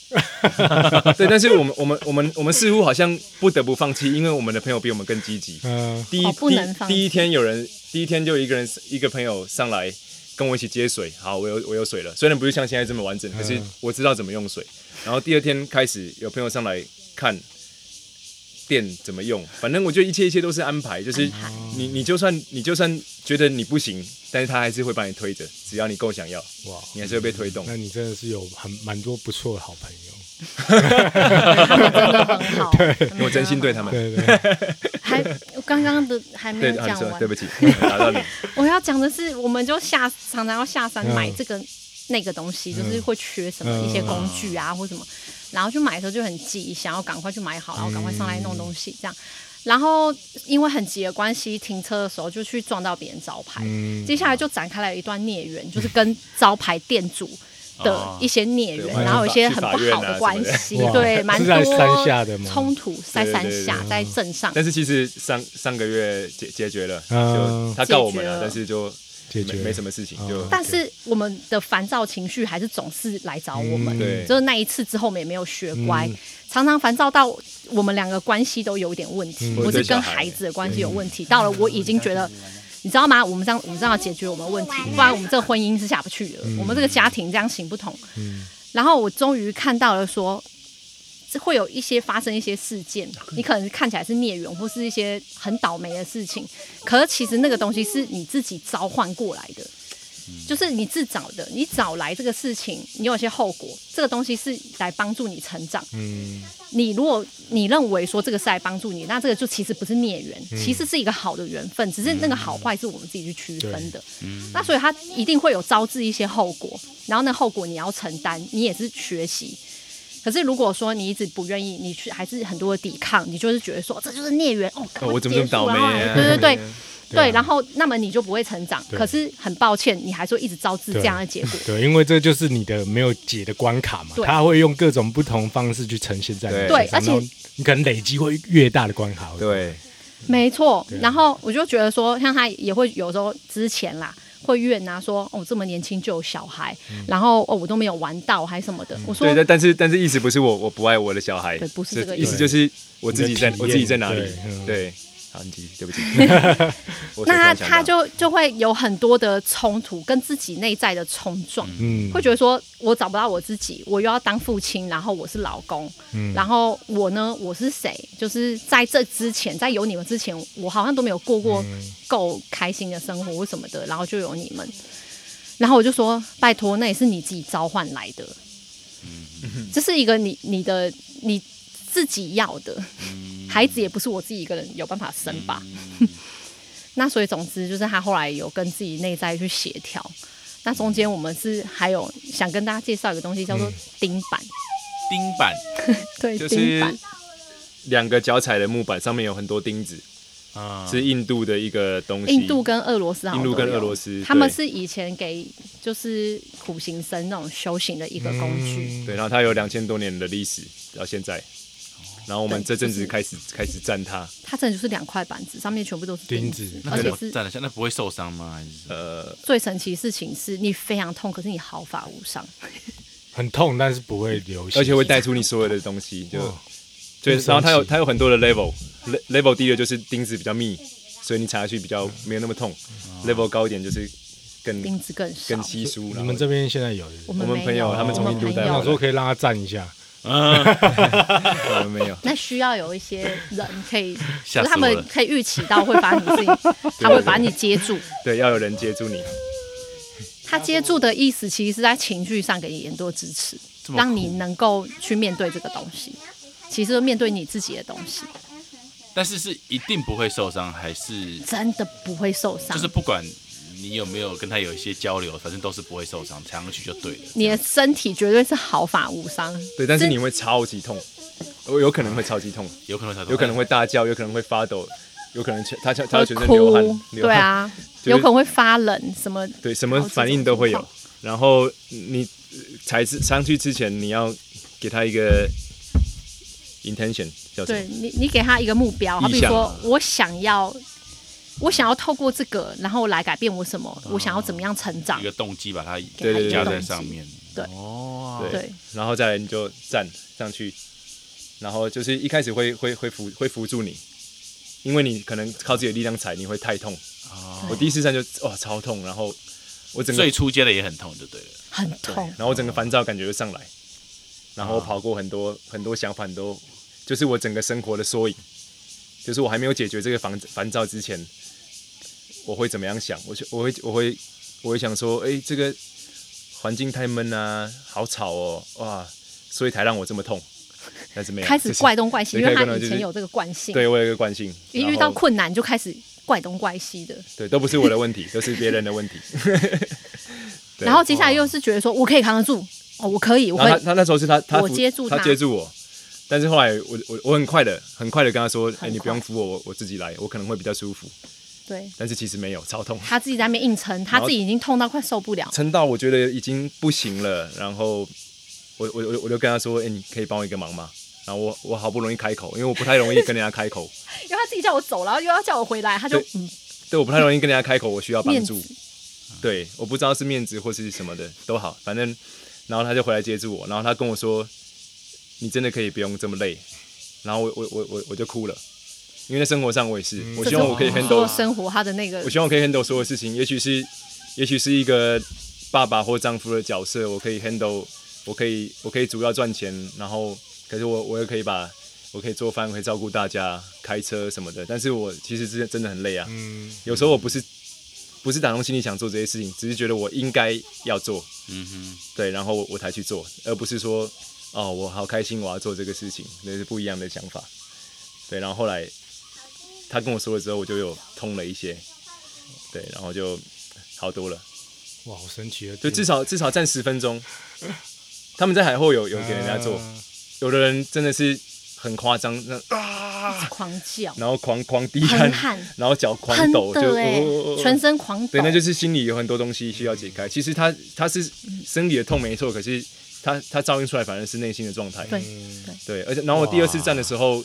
[SPEAKER 2] 对，但是我们我们我们我们似乎好像不得不放弃，因为我们的朋友比我们更积极。
[SPEAKER 1] 嗯、
[SPEAKER 2] 第一、
[SPEAKER 4] 哦不能
[SPEAKER 2] 第
[SPEAKER 4] 放弃
[SPEAKER 2] 第一天有人，第一天就有一个人一个朋友上来跟我一起接水，好，我有我有水了，虽然不是像现在这么完整，可是我知道怎么用水。然后第二天开始有朋友上来看电怎么用，反正我觉得一切一切都是安排，就是你你就算你就算觉得你不行，但是他还是会把你推着，只要你够想要，
[SPEAKER 1] 哇，
[SPEAKER 2] 你还是会被推动。
[SPEAKER 4] 嗯
[SPEAKER 1] 那你真的是有很蛮多不错的好朋友。
[SPEAKER 4] 真的很好，
[SPEAKER 2] 因为我真心啊对他们，
[SPEAKER 1] 对 对，
[SPEAKER 4] 还刚刚的还没
[SPEAKER 2] 对，
[SPEAKER 4] 有
[SPEAKER 2] 啊你
[SPEAKER 4] 讲
[SPEAKER 2] 说
[SPEAKER 4] 完
[SPEAKER 2] 对，不起，打到你。
[SPEAKER 4] 我要讲的是，我们就下常常要下山
[SPEAKER 1] 嗯
[SPEAKER 4] 买这个、那个东西，就是会缺什么
[SPEAKER 1] 嗯
[SPEAKER 4] 一些工具啊、或什么，然后去买的时候就很急，想要赶快去买好，然后赶快上来弄东
[SPEAKER 2] 嗯
[SPEAKER 4] 西这样。然后因为很急的关系，停车的时候就去撞到别人招牌，
[SPEAKER 2] 嗯
[SPEAKER 4] 接下来就展开了一段孽缘，就是跟招牌店 主。的
[SPEAKER 3] 哦
[SPEAKER 4] 一些孽
[SPEAKER 2] 对
[SPEAKER 4] 缘，
[SPEAKER 2] 我
[SPEAKER 4] 然后有一些很
[SPEAKER 2] 去法
[SPEAKER 4] 不
[SPEAKER 2] 院
[SPEAKER 4] 好
[SPEAKER 2] 啊什么
[SPEAKER 4] 的
[SPEAKER 2] 的
[SPEAKER 4] 关 系
[SPEAKER 1] 哇，
[SPEAKER 4] 对，蛮
[SPEAKER 1] 是
[SPEAKER 4] 多
[SPEAKER 1] 在山下的吗
[SPEAKER 4] 冲突在
[SPEAKER 2] 对对
[SPEAKER 4] 山
[SPEAKER 2] 对
[SPEAKER 4] 下，在镇上。
[SPEAKER 2] 但是其实上上个月解解决了，
[SPEAKER 1] 嗯
[SPEAKER 2] 就他告我们
[SPEAKER 4] 解决
[SPEAKER 2] 了，
[SPEAKER 4] 了
[SPEAKER 2] 但是就
[SPEAKER 1] 解决
[SPEAKER 2] 没没什么事情，就
[SPEAKER 1] 嗯
[SPEAKER 4] 但是我们的烦躁情绪还是总是来找我们，
[SPEAKER 1] 嗯
[SPEAKER 2] 对嗯
[SPEAKER 4] 就是那一次之后，我们也没有学乖，常常烦躁到我们两个关系都有一点问题，
[SPEAKER 2] 嗯
[SPEAKER 4] 我是跟
[SPEAKER 2] 或者小孩嗯
[SPEAKER 4] 孩子的关系有问题，到了我已经觉得。你知道吗？我们这样，我们这样要解决我们的问题，
[SPEAKER 2] 嗯
[SPEAKER 4] 不然我们这个婚姻是下不去的，我们这个家庭这样行不通。
[SPEAKER 2] 嗯
[SPEAKER 4] 然后我终于看到了说，这会有一些发生一些事件，你可能看起来是孽缘或是一些很倒霉的事情，可是其实那个东西是你自己召唤过来的，就是你自找的，你找来这个事情，你有一些后果，这个东西是来帮助你成长。
[SPEAKER 1] 嗯，
[SPEAKER 4] 你如果你认为说这个是来帮助你，那这个就其实不是孽缘，其实是一个好的缘分，只是那个好坏是我们自己去区分的。那所以它一定会有招致一些后果，然后那后果你要承担，你也是学习。可是如果说你一直不愿意，你去还是很多的抵抗，你就是觉得说这就是孽缘哦，赶快
[SPEAKER 2] 哦我怎么这么
[SPEAKER 4] 结束啊
[SPEAKER 2] 倒霉 啊
[SPEAKER 4] 对对对。
[SPEAKER 1] 对啊
[SPEAKER 4] 对，然后那么你就不会成长。
[SPEAKER 1] 对
[SPEAKER 4] 可是很抱歉，你还是会一直招致这样的结果。
[SPEAKER 1] 对，因为这就是你的没有解的关卡嘛，
[SPEAKER 4] 对
[SPEAKER 1] 他会用各种不同方式去呈现在你身上
[SPEAKER 2] 对
[SPEAKER 4] 对而且
[SPEAKER 1] 然后你可能累积会越大的关卡会，
[SPEAKER 2] 对
[SPEAKER 4] 没错，
[SPEAKER 2] 啊
[SPEAKER 4] 然后我就觉得说，像他也会有时候之前啦，会怨啊，说哦这么年轻就有小孩，然后哦我都没有玩到还什么的。我说
[SPEAKER 2] 嗯对，但但是但是意思不是我我不爱我的小孩，
[SPEAKER 4] 对不是这个
[SPEAKER 2] 意
[SPEAKER 4] 意
[SPEAKER 2] 思
[SPEAKER 4] 思
[SPEAKER 2] 就是我自己在
[SPEAKER 1] 你的体验
[SPEAKER 2] 我自己在哪里
[SPEAKER 1] 对嗯，
[SPEAKER 2] 对，好，你继续，对不起，我
[SPEAKER 4] 那他
[SPEAKER 2] 才突然想到
[SPEAKER 4] 他就就会有很多的冲突，跟自己内在的冲撞，
[SPEAKER 1] 嗯
[SPEAKER 4] 会觉得说我找不到我自己，我又要当父亲，然后我是老公，
[SPEAKER 2] 嗯
[SPEAKER 4] 然后我呢，我是谁？就是在这之前，在有你们之前，我好像都没有过过
[SPEAKER 2] 嗯
[SPEAKER 4] 够开心的生活或什么的，然后就有你们，然后我就说，拜托，那也是你自己召唤来的，
[SPEAKER 2] 嗯
[SPEAKER 4] 这是一个你你的你自己要的，孩子也不是我自己一个人有办法生吧。
[SPEAKER 2] 嗯
[SPEAKER 4] 那所以总之就是他后来有跟自己内在去协调。那中间我们是还有想跟大家介绍一个东西叫做钉板，
[SPEAKER 3] 钉板
[SPEAKER 4] 对，
[SPEAKER 2] 嗯就是
[SPEAKER 4] 钉板，
[SPEAKER 2] 两个脚踩的木板上面有很多钉子，
[SPEAKER 3] 啊，
[SPEAKER 2] 是印度的一个东西。
[SPEAKER 4] 印度跟俄罗斯好像
[SPEAKER 2] 印度跟
[SPEAKER 4] 都有
[SPEAKER 2] 俄罗斯
[SPEAKER 4] 他们
[SPEAKER 2] 对
[SPEAKER 4] 是以前给就是苦行僧那种修行的一个工具。
[SPEAKER 2] 对，然后它有两千多年的历史，到现在。然后我们
[SPEAKER 4] 对
[SPEAKER 2] 这阵
[SPEAKER 4] 就是
[SPEAKER 2] 子开始开始赞它，
[SPEAKER 4] 它真的就是两块板子，上面全部都是钉
[SPEAKER 1] 钉子
[SPEAKER 4] 子，
[SPEAKER 3] 那
[SPEAKER 4] 而
[SPEAKER 3] 怎
[SPEAKER 4] 且
[SPEAKER 3] 么
[SPEAKER 4] 是
[SPEAKER 3] 站得下？那不会受伤吗？还是
[SPEAKER 2] 呃，
[SPEAKER 4] 最神奇的事情是你非常痛，可是你毫发无 伤。
[SPEAKER 1] 很痛，但是不会流血，
[SPEAKER 2] 而且会带出你所有的东西，就
[SPEAKER 1] 哦
[SPEAKER 2] 对
[SPEAKER 1] 很神，奇
[SPEAKER 2] 然后它有它有很多的 level，le- level 低的就是钉子比较密，所以你踩下去比较没有那么痛；level
[SPEAKER 1] 啊
[SPEAKER 2] 高一点就是更
[SPEAKER 4] 钉子更少
[SPEAKER 2] 更，稀疏。
[SPEAKER 1] 你
[SPEAKER 2] 然
[SPEAKER 1] 们
[SPEAKER 2] 后
[SPEAKER 1] 这边现在有
[SPEAKER 4] 我
[SPEAKER 2] 我们
[SPEAKER 4] 没
[SPEAKER 2] 朋友
[SPEAKER 4] 有
[SPEAKER 2] 他们从
[SPEAKER 4] 我
[SPEAKER 2] 印度
[SPEAKER 4] 朋
[SPEAKER 2] 带
[SPEAKER 1] 我
[SPEAKER 2] 回
[SPEAKER 4] 友
[SPEAKER 1] 想说可以让他站一下，
[SPEAKER 3] 嗯
[SPEAKER 2] 我们没有，
[SPEAKER 4] 那需要有一些人可以，就
[SPEAKER 3] 吓死我了
[SPEAKER 4] 是他们可以预期到会发生什么事情，他会把你接住。
[SPEAKER 2] 对，要有人接住你。
[SPEAKER 4] 他接住的意思，其实是在情绪上给你很多支持，
[SPEAKER 3] 这么酷
[SPEAKER 4] 让你能够去面对这个东西。其实面对你自己的东西，
[SPEAKER 3] 但是是一定不会受伤，还是
[SPEAKER 4] 真的不会受伤。
[SPEAKER 3] 就是不管你有没有跟他有一些交流，反正都是不会受伤，踩上去就对了。
[SPEAKER 4] 你的身体绝对是毫发无伤。
[SPEAKER 2] 对，但是你会超级痛，我有可能会超级痛，
[SPEAKER 1] 啊
[SPEAKER 3] 有可能会踩到
[SPEAKER 2] 有可能会大叫，有可能会发抖，有可能全他他他
[SPEAKER 4] 会
[SPEAKER 2] 全身流汗
[SPEAKER 4] 哭，，
[SPEAKER 2] 流汗
[SPEAKER 4] 对啊，
[SPEAKER 2] 就是
[SPEAKER 4] 有可能会发冷，什么
[SPEAKER 2] 对，什么反应都会
[SPEAKER 4] 好
[SPEAKER 2] 有
[SPEAKER 4] 这种。
[SPEAKER 2] 然后你呃踩之上去之前，你要给他一个 intention，叫什
[SPEAKER 4] 对
[SPEAKER 2] 么？
[SPEAKER 4] 你，你给他一个目标，好比
[SPEAKER 2] 意向
[SPEAKER 4] 说我想要，我想要透过这个，然后来改变我什么，我想要怎么样成长
[SPEAKER 3] 一，个动机把它
[SPEAKER 4] 给他一
[SPEAKER 2] 哦对对对
[SPEAKER 4] 个
[SPEAKER 3] 加
[SPEAKER 4] 动
[SPEAKER 3] 在
[SPEAKER 4] 机
[SPEAKER 3] 上。面。
[SPEAKER 4] 对
[SPEAKER 3] 哦，
[SPEAKER 2] 对，
[SPEAKER 4] 对
[SPEAKER 2] 然后再来你就站上去，然后就是一开始会会会扶会扶住你，因为你可能靠自己的力量踩，你会太痛。我第一次站就哇超痛，然后我整个
[SPEAKER 3] 最初接的也很痛，就对了。
[SPEAKER 4] 很
[SPEAKER 2] 对
[SPEAKER 4] 痛，
[SPEAKER 2] 然后我整个烦躁感觉就上来，然后我跑过很多、很多想法，很多就是我整个生活的缩影，就是我还没有解决这个烦烦躁之前，我会怎么样想？我就我会我会我会想说，哎，这个环境太闷啊，好吵哦，哇，所以才让我这么痛。但是没有
[SPEAKER 4] 开始怪东怪西，
[SPEAKER 2] 就是
[SPEAKER 4] 因为他
[SPEAKER 2] 对开始怪东
[SPEAKER 4] 以
[SPEAKER 2] 就
[SPEAKER 4] 前
[SPEAKER 2] 是
[SPEAKER 4] 有这个惯性，
[SPEAKER 2] 对我有一个惯性，
[SPEAKER 4] 一
[SPEAKER 2] 然
[SPEAKER 4] 遇到
[SPEAKER 2] 后
[SPEAKER 4] 困难就开始怪东怪西的，
[SPEAKER 2] 对都不是我的问题，都是别人的问题。 对哦
[SPEAKER 4] 然后接下来又是觉得说我可以扛得住，哦，我可以，我
[SPEAKER 2] 然后
[SPEAKER 4] 会
[SPEAKER 2] 他他那时候是他他
[SPEAKER 4] 我
[SPEAKER 2] 扶
[SPEAKER 4] 接住
[SPEAKER 2] 他
[SPEAKER 4] 他
[SPEAKER 2] 接住我，但是后来我我我很快的很快的跟他说，哎、
[SPEAKER 4] 快
[SPEAKER 2] 你不用扶我，我我自己来，我可能会比较舒服。
[SPEAKER 4] 对
[SPEAKER 2] 但是其实没有，超痛，
[SPEAKER 4] 他自己在那边硬撑，他
[SPEAKER 2] 后
[SPEAKER 4] 自己已经痛到快受不 了，
[SPEAKER 2] 撑到我觉得已经不行了，然后我我我我就跟他说，哎、你可以帮我一个忙吗？然后我我好不容易开口，因为我不太容易跟人家开口，
[SPEAKER 4] 因为他自己叫我走，然后又要叫我回来，他就
[SPEAKER 2] 对
[SPEAKER 4] 嗯
[SPEAKER 2] 对我不太容易跟人家开口，我需要帮
[SPEAKER 4] 面
[SPEAKER 2] 助嗯
[SPEAKER 4] 子。
[SPEAKER 2] 对，我不知道是面子或是什么的都好，反正，然后他就回来接住我，然后他跟我说，你真的可以不用这么累，然后我我我我我就哭了，因为在生活上我也是，我
[SPEAKER 4] 这
[SPEAKER 2] 希望
[SPEAKER 4] 种
[SPEAKER 2] 我可以
[SPEAKER 4] 所有
[SPEAKER 2] handle，
[SPEAKER 4] 生活他的那个
[SPEAKER 2] 我希望我可以 handle 所有事情，也许是，也许是一个爸爸或丈夫的角色，我可以 handle，我可以我可以主要赚钱，然后可是我我也可以把。我可以做饭，我可以照顾大家，开车什么的，但是我其实真的真的很累啊。
[SPEAKER 1] 嗯，
[SPEAKER 2] 有时候我不是不是打从心里想做这些事情，只是觉得我应该要做，
[SPEAKER 3] 嗯哼，
[SPEAKER 2] 对，然后我我才去做，而不是说哦我好开心我要做这个事情，那是不一样的想法。对，然后后来他跟我说了之后，我就有通了一些，对，然后就好多了，
[SPEAKER 1] 哇，好神奇的，啊
[SPEAKER 2] 就至少至少站十分钟。他们在海后有有给人家做，
[SPEAKER 1] 嗯
[SPEAKER 2] 有的人真的是很夸张，那
[SPEAKER 4] 狂叫，
[SPEAKER 2] 然后狂狂滴
[SPEAKER 4] 喷
[SPEAKER 2] 汗，
[SPEAKER 4] 汗，
[SPEAKER 2] 然后脚狂
[SPEAKER 4] 喷
[SPEAKER 2] 抖，就
[SPEAKER 4] 的哎
[SPEAKER 2] 哦哦哦哦，
[SPEAKER 4] 全身狂抖，
[SPEAKER 2] 对，那就是心里有很多东西需要解开。其实他他是生理的痛没错，可是他他照应出来反而是内心的状态。
[SPEAKER 4] 对
[SPEAKER 2] 对而且然后我第二次站的时候，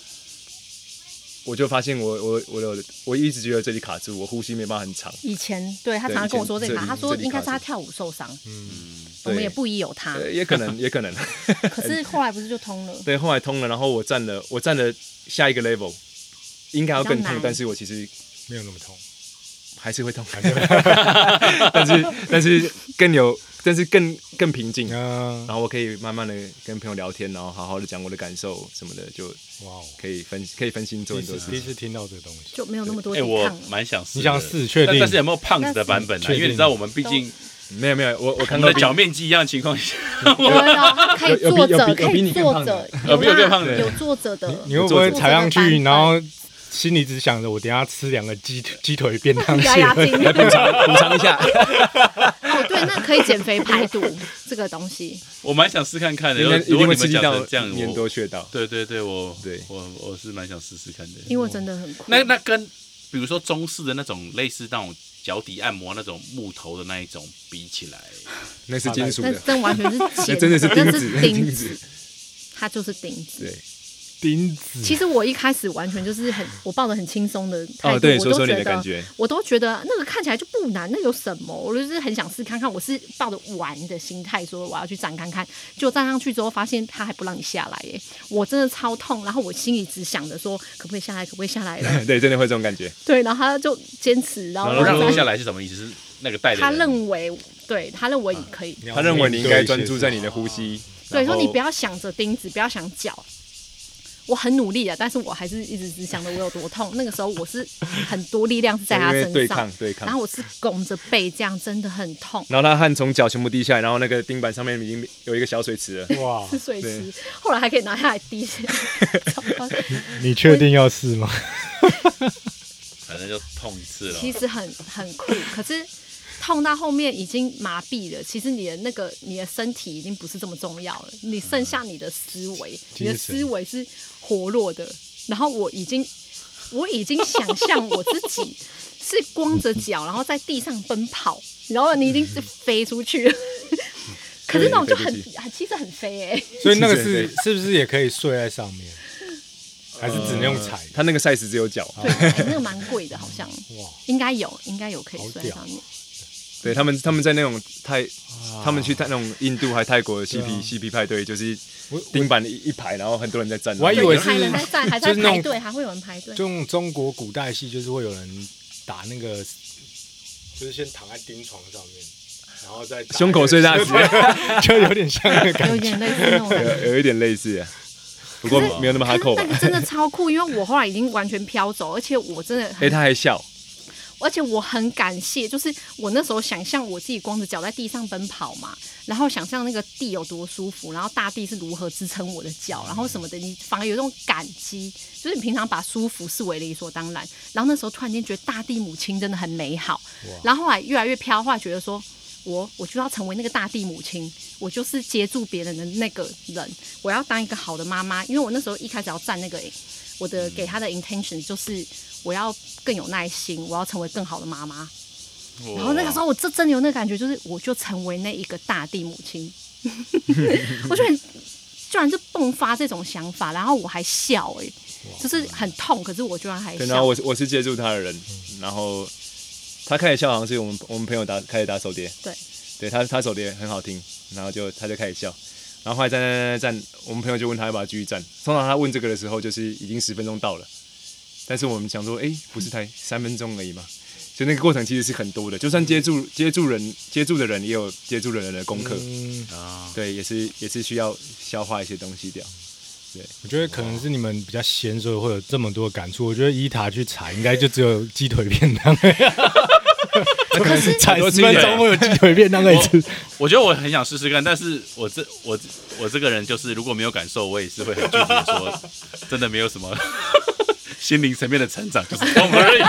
[SPEAKER 2] 我就发现我我我有我一直觉得这里卡住，我呼吸没办法很长。
[SPEAKER 4] 以前对他常常跟我说这一趴，他说应该是他跳舞受伤，
[SPEAKER 2] 嗯
[SPEAKER 4] 我们也不疑有他。
[SPEAKER 2] 呃，也可能，也可能。
[SPEAKER 4] 可是后来不是就通了？
[SPEAKER 2] 对，后来通了，然后我站了，我站了下一个 level，应该要更
[SPEAKER 4] 比较
[SPEAKER 2] 痛
[SPEAKER 4] 难，
[SPEAKER 2] 但是我其实
[SPEAKER 1] 没有那么痛，
[SPEAKER 2] 还是会痛， 但是但是更有，但是更更平静。
[SPEAKER 1] 嗯，
[SPEAKER 2] 然后我可以慢慢的跟朋友聊天，然后好好的讲我的感受什么的，就
[SPEAKER 1] 哇哦，
[SPEAKER 2] 可以分可以分心做
[SPEAKER 1] 第一
[SPEAKER 2] 很
[SPEAKER 1] 次
[SPEAKER 2] 多事
[SPEAKER 1] 第一
[SPEAKER 2] 情。
[SPEAKER 1] 次听到这个东西，
[SPEAKER 4] 就没有那么多
[SPEAKER 3] 哎、
[SPEAKER 4] 抵
[SPEAKER 3] 我
[SPEAKER 4] 抗。
[SPEAKER 3] 蛮想试的，
[SPEAKER 1] 你想试确
[SPEAKER 3] 但
[SPEAKER 1] 定
[SPEAKER 3] 但是有没有胖子的版本
[SPEAKER 1] 那
[SPEAKER 3] 呢、
[SPEAKER 1] 是
[SPEAKER 3] 因为你知道我们毕竟
[SPEAKER 2] 没有没有，我我
[SPEAKER 3] 我
[SPEAKER 2] 看
[SPEAKER 3] 们
[SPEAKER 2] 到
[SPEAKER 3] 的脚面积一样的情况下，
[SPEAKER 4] 我们 哦可以
[SPEAKER 2] 有有比
[SPEAKER 4] 坐
[SPEAKER 2] 有
[SPEAKER 4] 着，
[SPEAKER 2] 比
[SPEAKER 4] 可
[SPEAKER 2] 有比
[SPEAKER 4] 以
[SPEAKER 2] 你更
[SPEAKER 4] 坐
[SPEAKER 2] 胖
[SPEAKER 4] 着
[SPEAKER 2] 的，
[SPEAKER 3] 有比我更
[SPEAKER 4] 啦
[SPEAKER 3] 胖的
[SPEAKER 4] 有坐着的，
[SPEAKER 1] 你会不会踩上
[SPEAKER 4] 坐着
[SPEAKER 1] 去，
[SPEAKER 4] 的
[SPEAKER 1] 然后心里只想着我等一下吃两个鸡腿鸡腿便 当
[SPEAKER 4] 压压
[SPEAKER 1] 蟹？
[SPEAKER 4] 惊？ 哦，
[SPEAKER 2] 补偿一下，
[SPEAKER 4] 对，那可以减肥排毒这个东西。
[SPEAKER 3] 我蛮想试看看的。
[SPEAKER 2] 应该 一
[SPEAKER 3] 如果
[SPEAKER 2] 定
[SPEAKER 3] 你
[SPEAKER 2] 会
[SPEAKER 3] 们
[SPEAKER 2] 刺激
[SPEAKER 3] 讲
[SPEAKER 2] 到
[SPEAKER 3] 成这样，
[SPEAKER 2] 眼
[SPEAKER 3] 我
[SPEAKER 2] 多穴道。
[SPEAKER 3] 对对对，我
[SPEAKER 2] 对
[SPEAKER 3] 我我是蛮想试试看的。
[SPEAKER 4] 因为真的很酷。
[SPEAKER 3] 那那跟比如说中式的那种类似那种脚底按摩那种木头的那一种比起来，
[SPEAKER 2] 那是金属
[SPEAKER 4] 那
[SPEAKER 2] 的，
[SPEAKER 4] 真完全是
[SPEAKER 2] 那
[SPEAKER 4] 钱，
[SPEAKER 2] 真的是钉
[SPEAKER 4] 那
[SPEAKER 2] 子，
[SPEAKER 4] 是
[SPEAKER 2] 钉
[SPEAKER 4] 钉
[SPEAKER 2] 子
[SPEAKER 4] 子，，它就是钉子。
[SPEAKER 2] 对，
[SPEAKER 1] 钉子，
[SPEAKER 4] 其实我一开始完全就是很，我抱着很轻松的态度，
[SPEAKER 2] 哦
[SPEAKER 4] 我
[SPEAKER 2] 对
[SPEAKER 4] 都
[SPEAKER 2] 说说
[SPEAKER 4] 觉
[SPEAKER 2] 你
[SPEAKER 4] 得
[SPEAKER 2] 的感觉
[SPEAKER 4] 我都觉得那个看起来就不难，那有什么？我就是很想试看看，我是抱着玩的心态说我要去站看看，结果站上去之后发现他还不让你下来 耶，我真的超痛，然后我心里只想着说可不可以下来，可不可以下来了？
[SPEAKER 2] 对，真的会这种感觉。
[SPEAKER 4] 对，然后他就坚持，然后
[SPEAKER 3] 然
[SPEAKER 4] 我
[SPEAKER 3] 后让
[SPEAKER 4] 就
[SPEAKER 3] 你下
[SPEAKER 4] 在
[SPEAKER 3] 来是什么意思？是那个带的
[SPEAKER 4] 他
[SPEAKER 3] 人
[SPEAKER 4] 认为，对他认为你可以，
[SPEAKER 2] 他认为你应该专注在你的呼吸，
[SPEAKER 4] 对，
[SPEAKER 2] 然后
[SPEAKER 4] 说你不要想着钉子，不要想脚。我很努力的，啊但是我还是一直只想着我有多痛。那个时候我是很多力量是在他
[SPEAKER 2] 因为对
[SPEAKER 4] 身上
[SPEAKER 2] 抗，对抗
[SPEAKER 4] 然后我是拱着背这样，真的很痛。
[SPEAKER 2] 然后他汗从脚全部滴下来，然后那个钉板上面已经有一个小水池了。
[SPEAKER 1] 哇，
[SPEAKER 4] 是水
[SPEAKER 2] 对
[SPEAKER 4] 池，后来还可以拿下来滴血。
[SPEAKER 1] 你确定要试 吗？
[SPEAKER 3] 反正就痛一次了。
[SPEAKER 4] 其实很很酷，可是痛到后面已经麻痹了。其实你的那个你的身体已经不是这么重要了，你剩下你的思维，你的
[SPEAKER 1] 精神
[SPEAKER 4] 思维是活络的。然后我已经我已经想象我自己是光着脚，然后在地上奔跑，然后你已经是飞出去了。可是那种就很
[SPEAKER 2] 对对
[SPEAKER 4] 很其实很飞哎、
[SPEAKER 1] 所以那个
[SPEAKER 2] 其实
[SPEAKER 1] 是
[SPEAKER 2] 对
[SPEAKER 1] 是不是也可以睡在上面，还是只能用踩？
[SPEAKER 2] 他那个 size 只有脚，
[SPEAKER 3] 哦
[SPEAKER 4] 对，哎那个蛮贵的，好像
[SPEAKER 1] 哇，
[SPEAKER 4] 应该有，应该有可以算
[SPEAKER 1] 好屌
[SPEAKER 4] 上面。
[SPEAKER 2] 对他们他们在那种泰，他们去泰那种印度还泰国的 CP、CP 派对，就是
[SPEAKER 1] 我
[SPEAKER 2] 钉板一一排，然后很多人在站。
[SPEAKER 1] 我还以
[SPEAKER 4] 对
[SPEAKER 1] 为
[SPEAKER 4] 就还有人
[SPEAKER 1] 是
[SPEAKER 4] 在站，还
[SPEAKER 1] 就
[SPEAKER 4] 在
[SPEAKER 1] 是那种
[SPEAKER 4] 排队，还会有人排队。
[SPEAKER 1] 就用中国古代戏，就是会有人打那个，就是先躺在钉床上面，然后再打
[SPEAKER 2] 胸 口碎大石，
[SPEAKER 1] 那个，就有点像那个感
[SPEAKER 4] 有
[SPEAKER 1] 觉。
[SPEAKER 4] 点类似那种 感觉。
[SPEAKER 2] 有有一点类似啊，不过没有那么哈扣
[SPEAKER 4] 可
[SPEAKER 2] 吧
[SPEAKER 4] 是那。个真的超酷，因为我后来已经完全飘走，而且我真的
[SPEAKER 2] 哎，
[SPEAKER 4] 很，
[SPEAKER 2] 他还笑，
[SPEAKER 4] 而且我很感谢，就是我那时候想象我自己光着脚在地上奔跑嘛，然后想象那个地有多舒服，然后大地是如何支撑我的脚，然后什么的，你反而有一种感激，就是你平常把舒服视为理所当然，然后那时候突然间觉得大地母亲真的很美好，然后后来越来越飘，后来觉得说。我我就要成为那个大地母亲，我就是接住别人的那个人，我要当一个好的妈妈。因为我那时候一开始要站那个，我的
[SPEAKER 2] 嗯
[SPEAKER 4] 给他的 intention 就是我要更有耐心，我要成为更好的妈妈。然后那个时候我这真的有那个感觉，就是我就成为那一个大地母亲， 我就很居然是迸发这种想法，然后我还笑哎、就是很痛，可是我居然还
[SPEAKER 2] 对，然后
[SPEAKER 4] 笑
[SPEAKER 2] 我，是我是接住他的人，然后他开始笑，好像是我们我们朋友打开始打手碟，
[SPEAKER 4] 对，
[SPEAKER 2] 对他他手碟很好听，然后就他就开始笑，然后后来站站站站，我们朋友就问他要不要继续站。通常他问这个的时候，就是已经十分钟到了，但是我们想说，哎，不是才三分钟而已嘛，所以那个过程其实是很多的，就算接住接住人接住的人也有接住的人的功课，
[SPEAKER 1] 嗯，
[SPEAKER 3] 啊，
[SPEAKER 2] 对，也是也是需要消化一些东西掉。
[SPEAKER 1] 我觉得可能是你们比较闲，所以会有这么多感触。我觉得伊塔去踩，应该就只有鸡腿便当，
[SPEAKER 4] 可 是
[SPEAKER 1] 踩
[SPEAKER 2] 多
[SPEAKER 1] 十
[SPEAKER 2] 吃一点
[SPEAKER 1] 分钟会有鸡腿便
[SPEAKER 3] 哎
[SPEAKER 1] 当可以吃。
[SPEAKER 3] 我觉得我很想试试看，但是我这我我这个人就是如果没有感受，我也是会很拒绝说，真的没有什么心灵层面的成长，就是痛而已。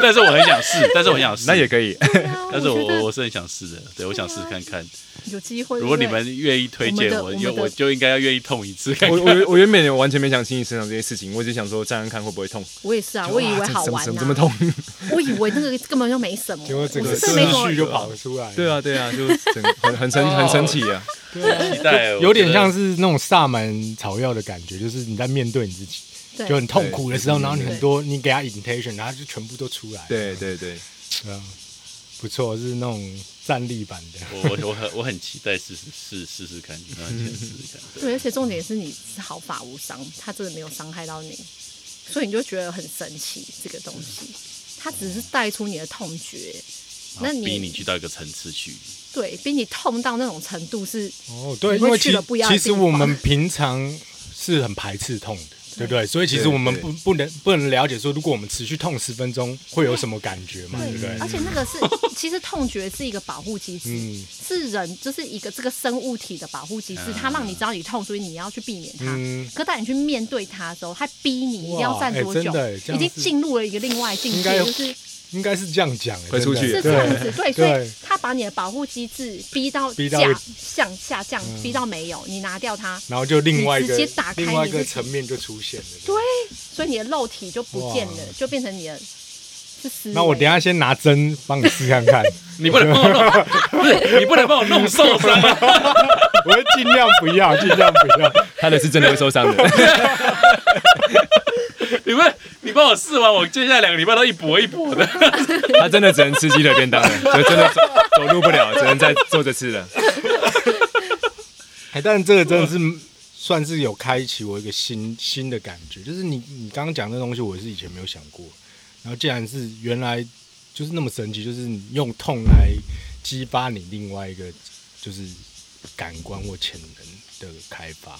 [SPEAKER 3] 但是我很想试，但是我很想试，
[SPEAKER 2] 那也可以，
[SPEAKER 4] 对啊
[SPEAKER 3] 但是我
[SPEAKER 4] 觉得
[SPEAKER 3] 我是很想试的，对我想试看看。
[SPEAKER 4] 有机会，
[SPEAKER 3] 如果你
[SPEAKER 4] 对不对
[SPEAKER 3] 们愿意推荐
[SPEAKER 4] 我
[SPEAKER 3] 我，
[SPEAKER 4] 们的
[SPEAKER 3] 就
[SPEAKER 4] 我们的
[SPEAKER 3] 我就应该要愿意痛一次看
[SPEAKER 2] 我
[SPEAKER 3] 看。
[SPEAKER 2] 我我原本也完全没想心理成长这些事情，我只想说站站看会不会痛。
[SPEAKER 4] 我也是啊，我以为好玩
[SPEAKER 2] 怎么
[SPEAKER 4] 啊
[SPEAKER 2] 这么，痛？
[SPEAKER 4] 我以为那个根本就没什么，
[SPEAKER 1] 结果整
[SPEAKER 4] 我
[SPEAKER 1] 个
[SPEAKER 4] 是真的没什
[SPEAKER 1] 思
[SPEAKER 4] 么
[SPEAKER 1] 绪就跑出来。
[SPEAKER 2] 对，啊，对啊，就整很很神很神奇
[SPEAKER 4] 哦
[SPEAKER 2] 啊！
[SPEAKER 3] 期待哦
[SPEAKER 1] 有点像
[SPEAKER 3] 我
[SPEAKER 1] 是那种萨满草药的感觉，就是你在面对你自己，
[SPEAKER 4] 对
[SPEAKER 1] 就很痛苦的时候，
[SPEAKER 2] 对
[SPEAKER 1] 然后你很多你给他 intention，然后就全部都出来了。
[SPEAKER 2] 对对对，
[SPEAKER 1] 对啊，不错，是那种站立版的。
[SPEAKER 3] 觉得我我我很我很期待试试试试试看，然后先试试看。
[SPEAKER 4] 对，而且重点是你是毫发无伤，他真的没有伤害到你，所以你就觉得很神奇这个东西。它只是带出你的痛觉，那
[SPEAKER 3] 然后
[SPEAKER 4] 你
[SPEAKER 3] 逼你去到一个层次去，
[SPEAKER 4] 对，比你痛到那种程度是，
[SPEAKER 1] 哦，对，
[SPEAKER 4] 你
[SPEAKER 1] 因
[SPEAKER 4] 会
[SPEAKER 1] 为其
[SPEAKER 4] 去了不一样的
[SPEAKER 1] 其实
[SPEAKER 4] 地方
[SPEAKER 1] 我们平常是很排斥痛的，对不对？所以其实
[SPEAKER 2] 对
[SPEAKER 1] 我们
[SPEAKER 2] 对
[SPEAKER 1] 不不能不能了解说，如果我们持续痛十分钟会有什么感觉嘛，对不对？
[SPEAKER 4] 而且那个 是，其实痛觉是一个保护机制，
[SPEAKER 1] 嗯啊
[SPEAKER 4] 是人就是一个这个生物体的保护机制，它让你知道你痛，所以你要去避免它。
[SPEAKER 1] 嗯
[SPEAKER 4] 可当你去面对它的时候，它逼你一定要
[SPEAKER 1] 哇
[SPEAKER 4] 站
[SPEAKER 1] 哎
[SPEAKER 4] 多
[SPEAKER 1] 真
[SPEAKER 4] 久，
[SPEAKER 1] 的哎这样
[SPEAKER 4] 已经
[SPEAKER 1] 是
[SPEAKER 4] 进入了一个另外境
[SPEAKER 1] 应
[SPEAKER 4] 界，
[SPEAKER 1] 该
[SPEAKER 4] 就是
[SPEAKER 1] 应该是这样讲的，
[SPEAKER 2] 快出
[SPEAKER 1] 真的
[SPEAKER 2] 去
[SPEAKER 4] 是这
[SPEAKER 1] 对
[SPEAKER 4] 样子，对，所以
[SPEAKER 1] 对
[SPEAKER 4] 他把你的保护机制逼到
[SPEAKER 1] 逼到
[SPEAKER 4] 下
[SPEAKER 1] 一嗯
[SPEAKER 4] 向下降，逼到没有，你拿掉它，
[SPEAKER 1] 然后就另外一个
[SPEAKER 4] 你直接打开
[SPEAKER 1] 另外一个
[SPEAKER 4] 你自己
[SPEAKER 1] 层面就出现了。
[SPEAKER 4] 对，所以你的肉体就不见了，就变成你的是思维。
[SPEAKER 1] 那我等一下先拿针帮你试看 看，
[SPEAKER 3] 你不能帮我弄， 不是你不能把我弄受伤啊。
[SPEAKER 1] 我会尽量不要，尽量不要。
[SPEAKER 2] 他的是真的会受伤的。
[SPEAKER 3] 你们，你帮我试完，我接下来两个礼拜都一跛一跛的。
[SPEAKER 2] 他真的只能吃鸡腿便当了，就真的走走路不了，只能在坐着吃了。
[SPEAKER 1] 哎，但这个真的是算是有开启我一个新新的感觉，就是你你刚刚讲的东西，我是以前没有想过，然后竟然是原来就是那么神奇，就是你用痛来激发你另外一个就是感官或潜能的开发，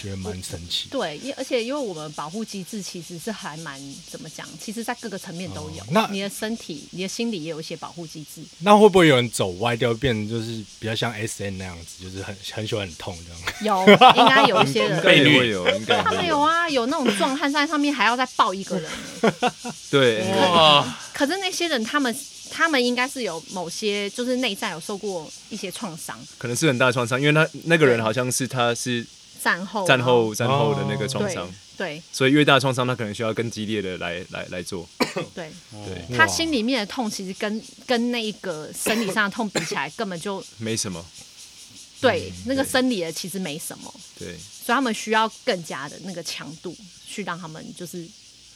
[SPEAKER 1] 觉得蛮神奇的。
[SPEAKER 4] 对，因而且因为我们保护机制其实是还蛮怎么讲，其实在各个层面都有。
[SPEAKER 1] 哦那
[SPEAKER 4] 你的身体、你的心理也有一些保护机制。
[SPEAKER 1] 那会不会有人走歪掉，变成就是比较像 S N 那样子，就是很很喜欢很痛这样？
[SPEAKER 4] 有，应该有一些人。
[SPEAKER 2] 应该
[SPEAKER 3] 绿
[SPEAKER 2] 也会有，应该也
[SPEAKER 4] 他们
[SPEAKER 2] 会
[SPEAKER 4] 有。啊，有那种壮汉在上面还要再抱一 个人，
[SPEAKER 2] 对，
[SPEAKER 3] 哇，
[SPEAKER 4] 可是那些人他们他们应该是有某些就是内在有受过一些创伤，
[SPEAKER 2] 可能是很大的创伤，因为他那个人好像是他是
[SPEAKER 4] 战后啊
[SPEAKER 2] 战后战后的那个创
[SPEAKER 4] 哦对
[SPEAKER 2] 伤，
[SPEAKER 4] 对
[SPEAKER 2] 所以越大的创伤，他可能需要更激烈的来来来做。
[SPEAKER 4] 对，
[SPEAKER 2] 对，
[SPEAKER 4] 他心里面的痛其实跟跟那一个生理上的痛比起来，根本就
[SPEAKER 2] 没什么。
[SPEAKER 4] 对那个生理的其实没什么，
[SPEAKER 2] 对，
[SPEAKER 4] 所以他们需要更加的那个强度去让他们就是，因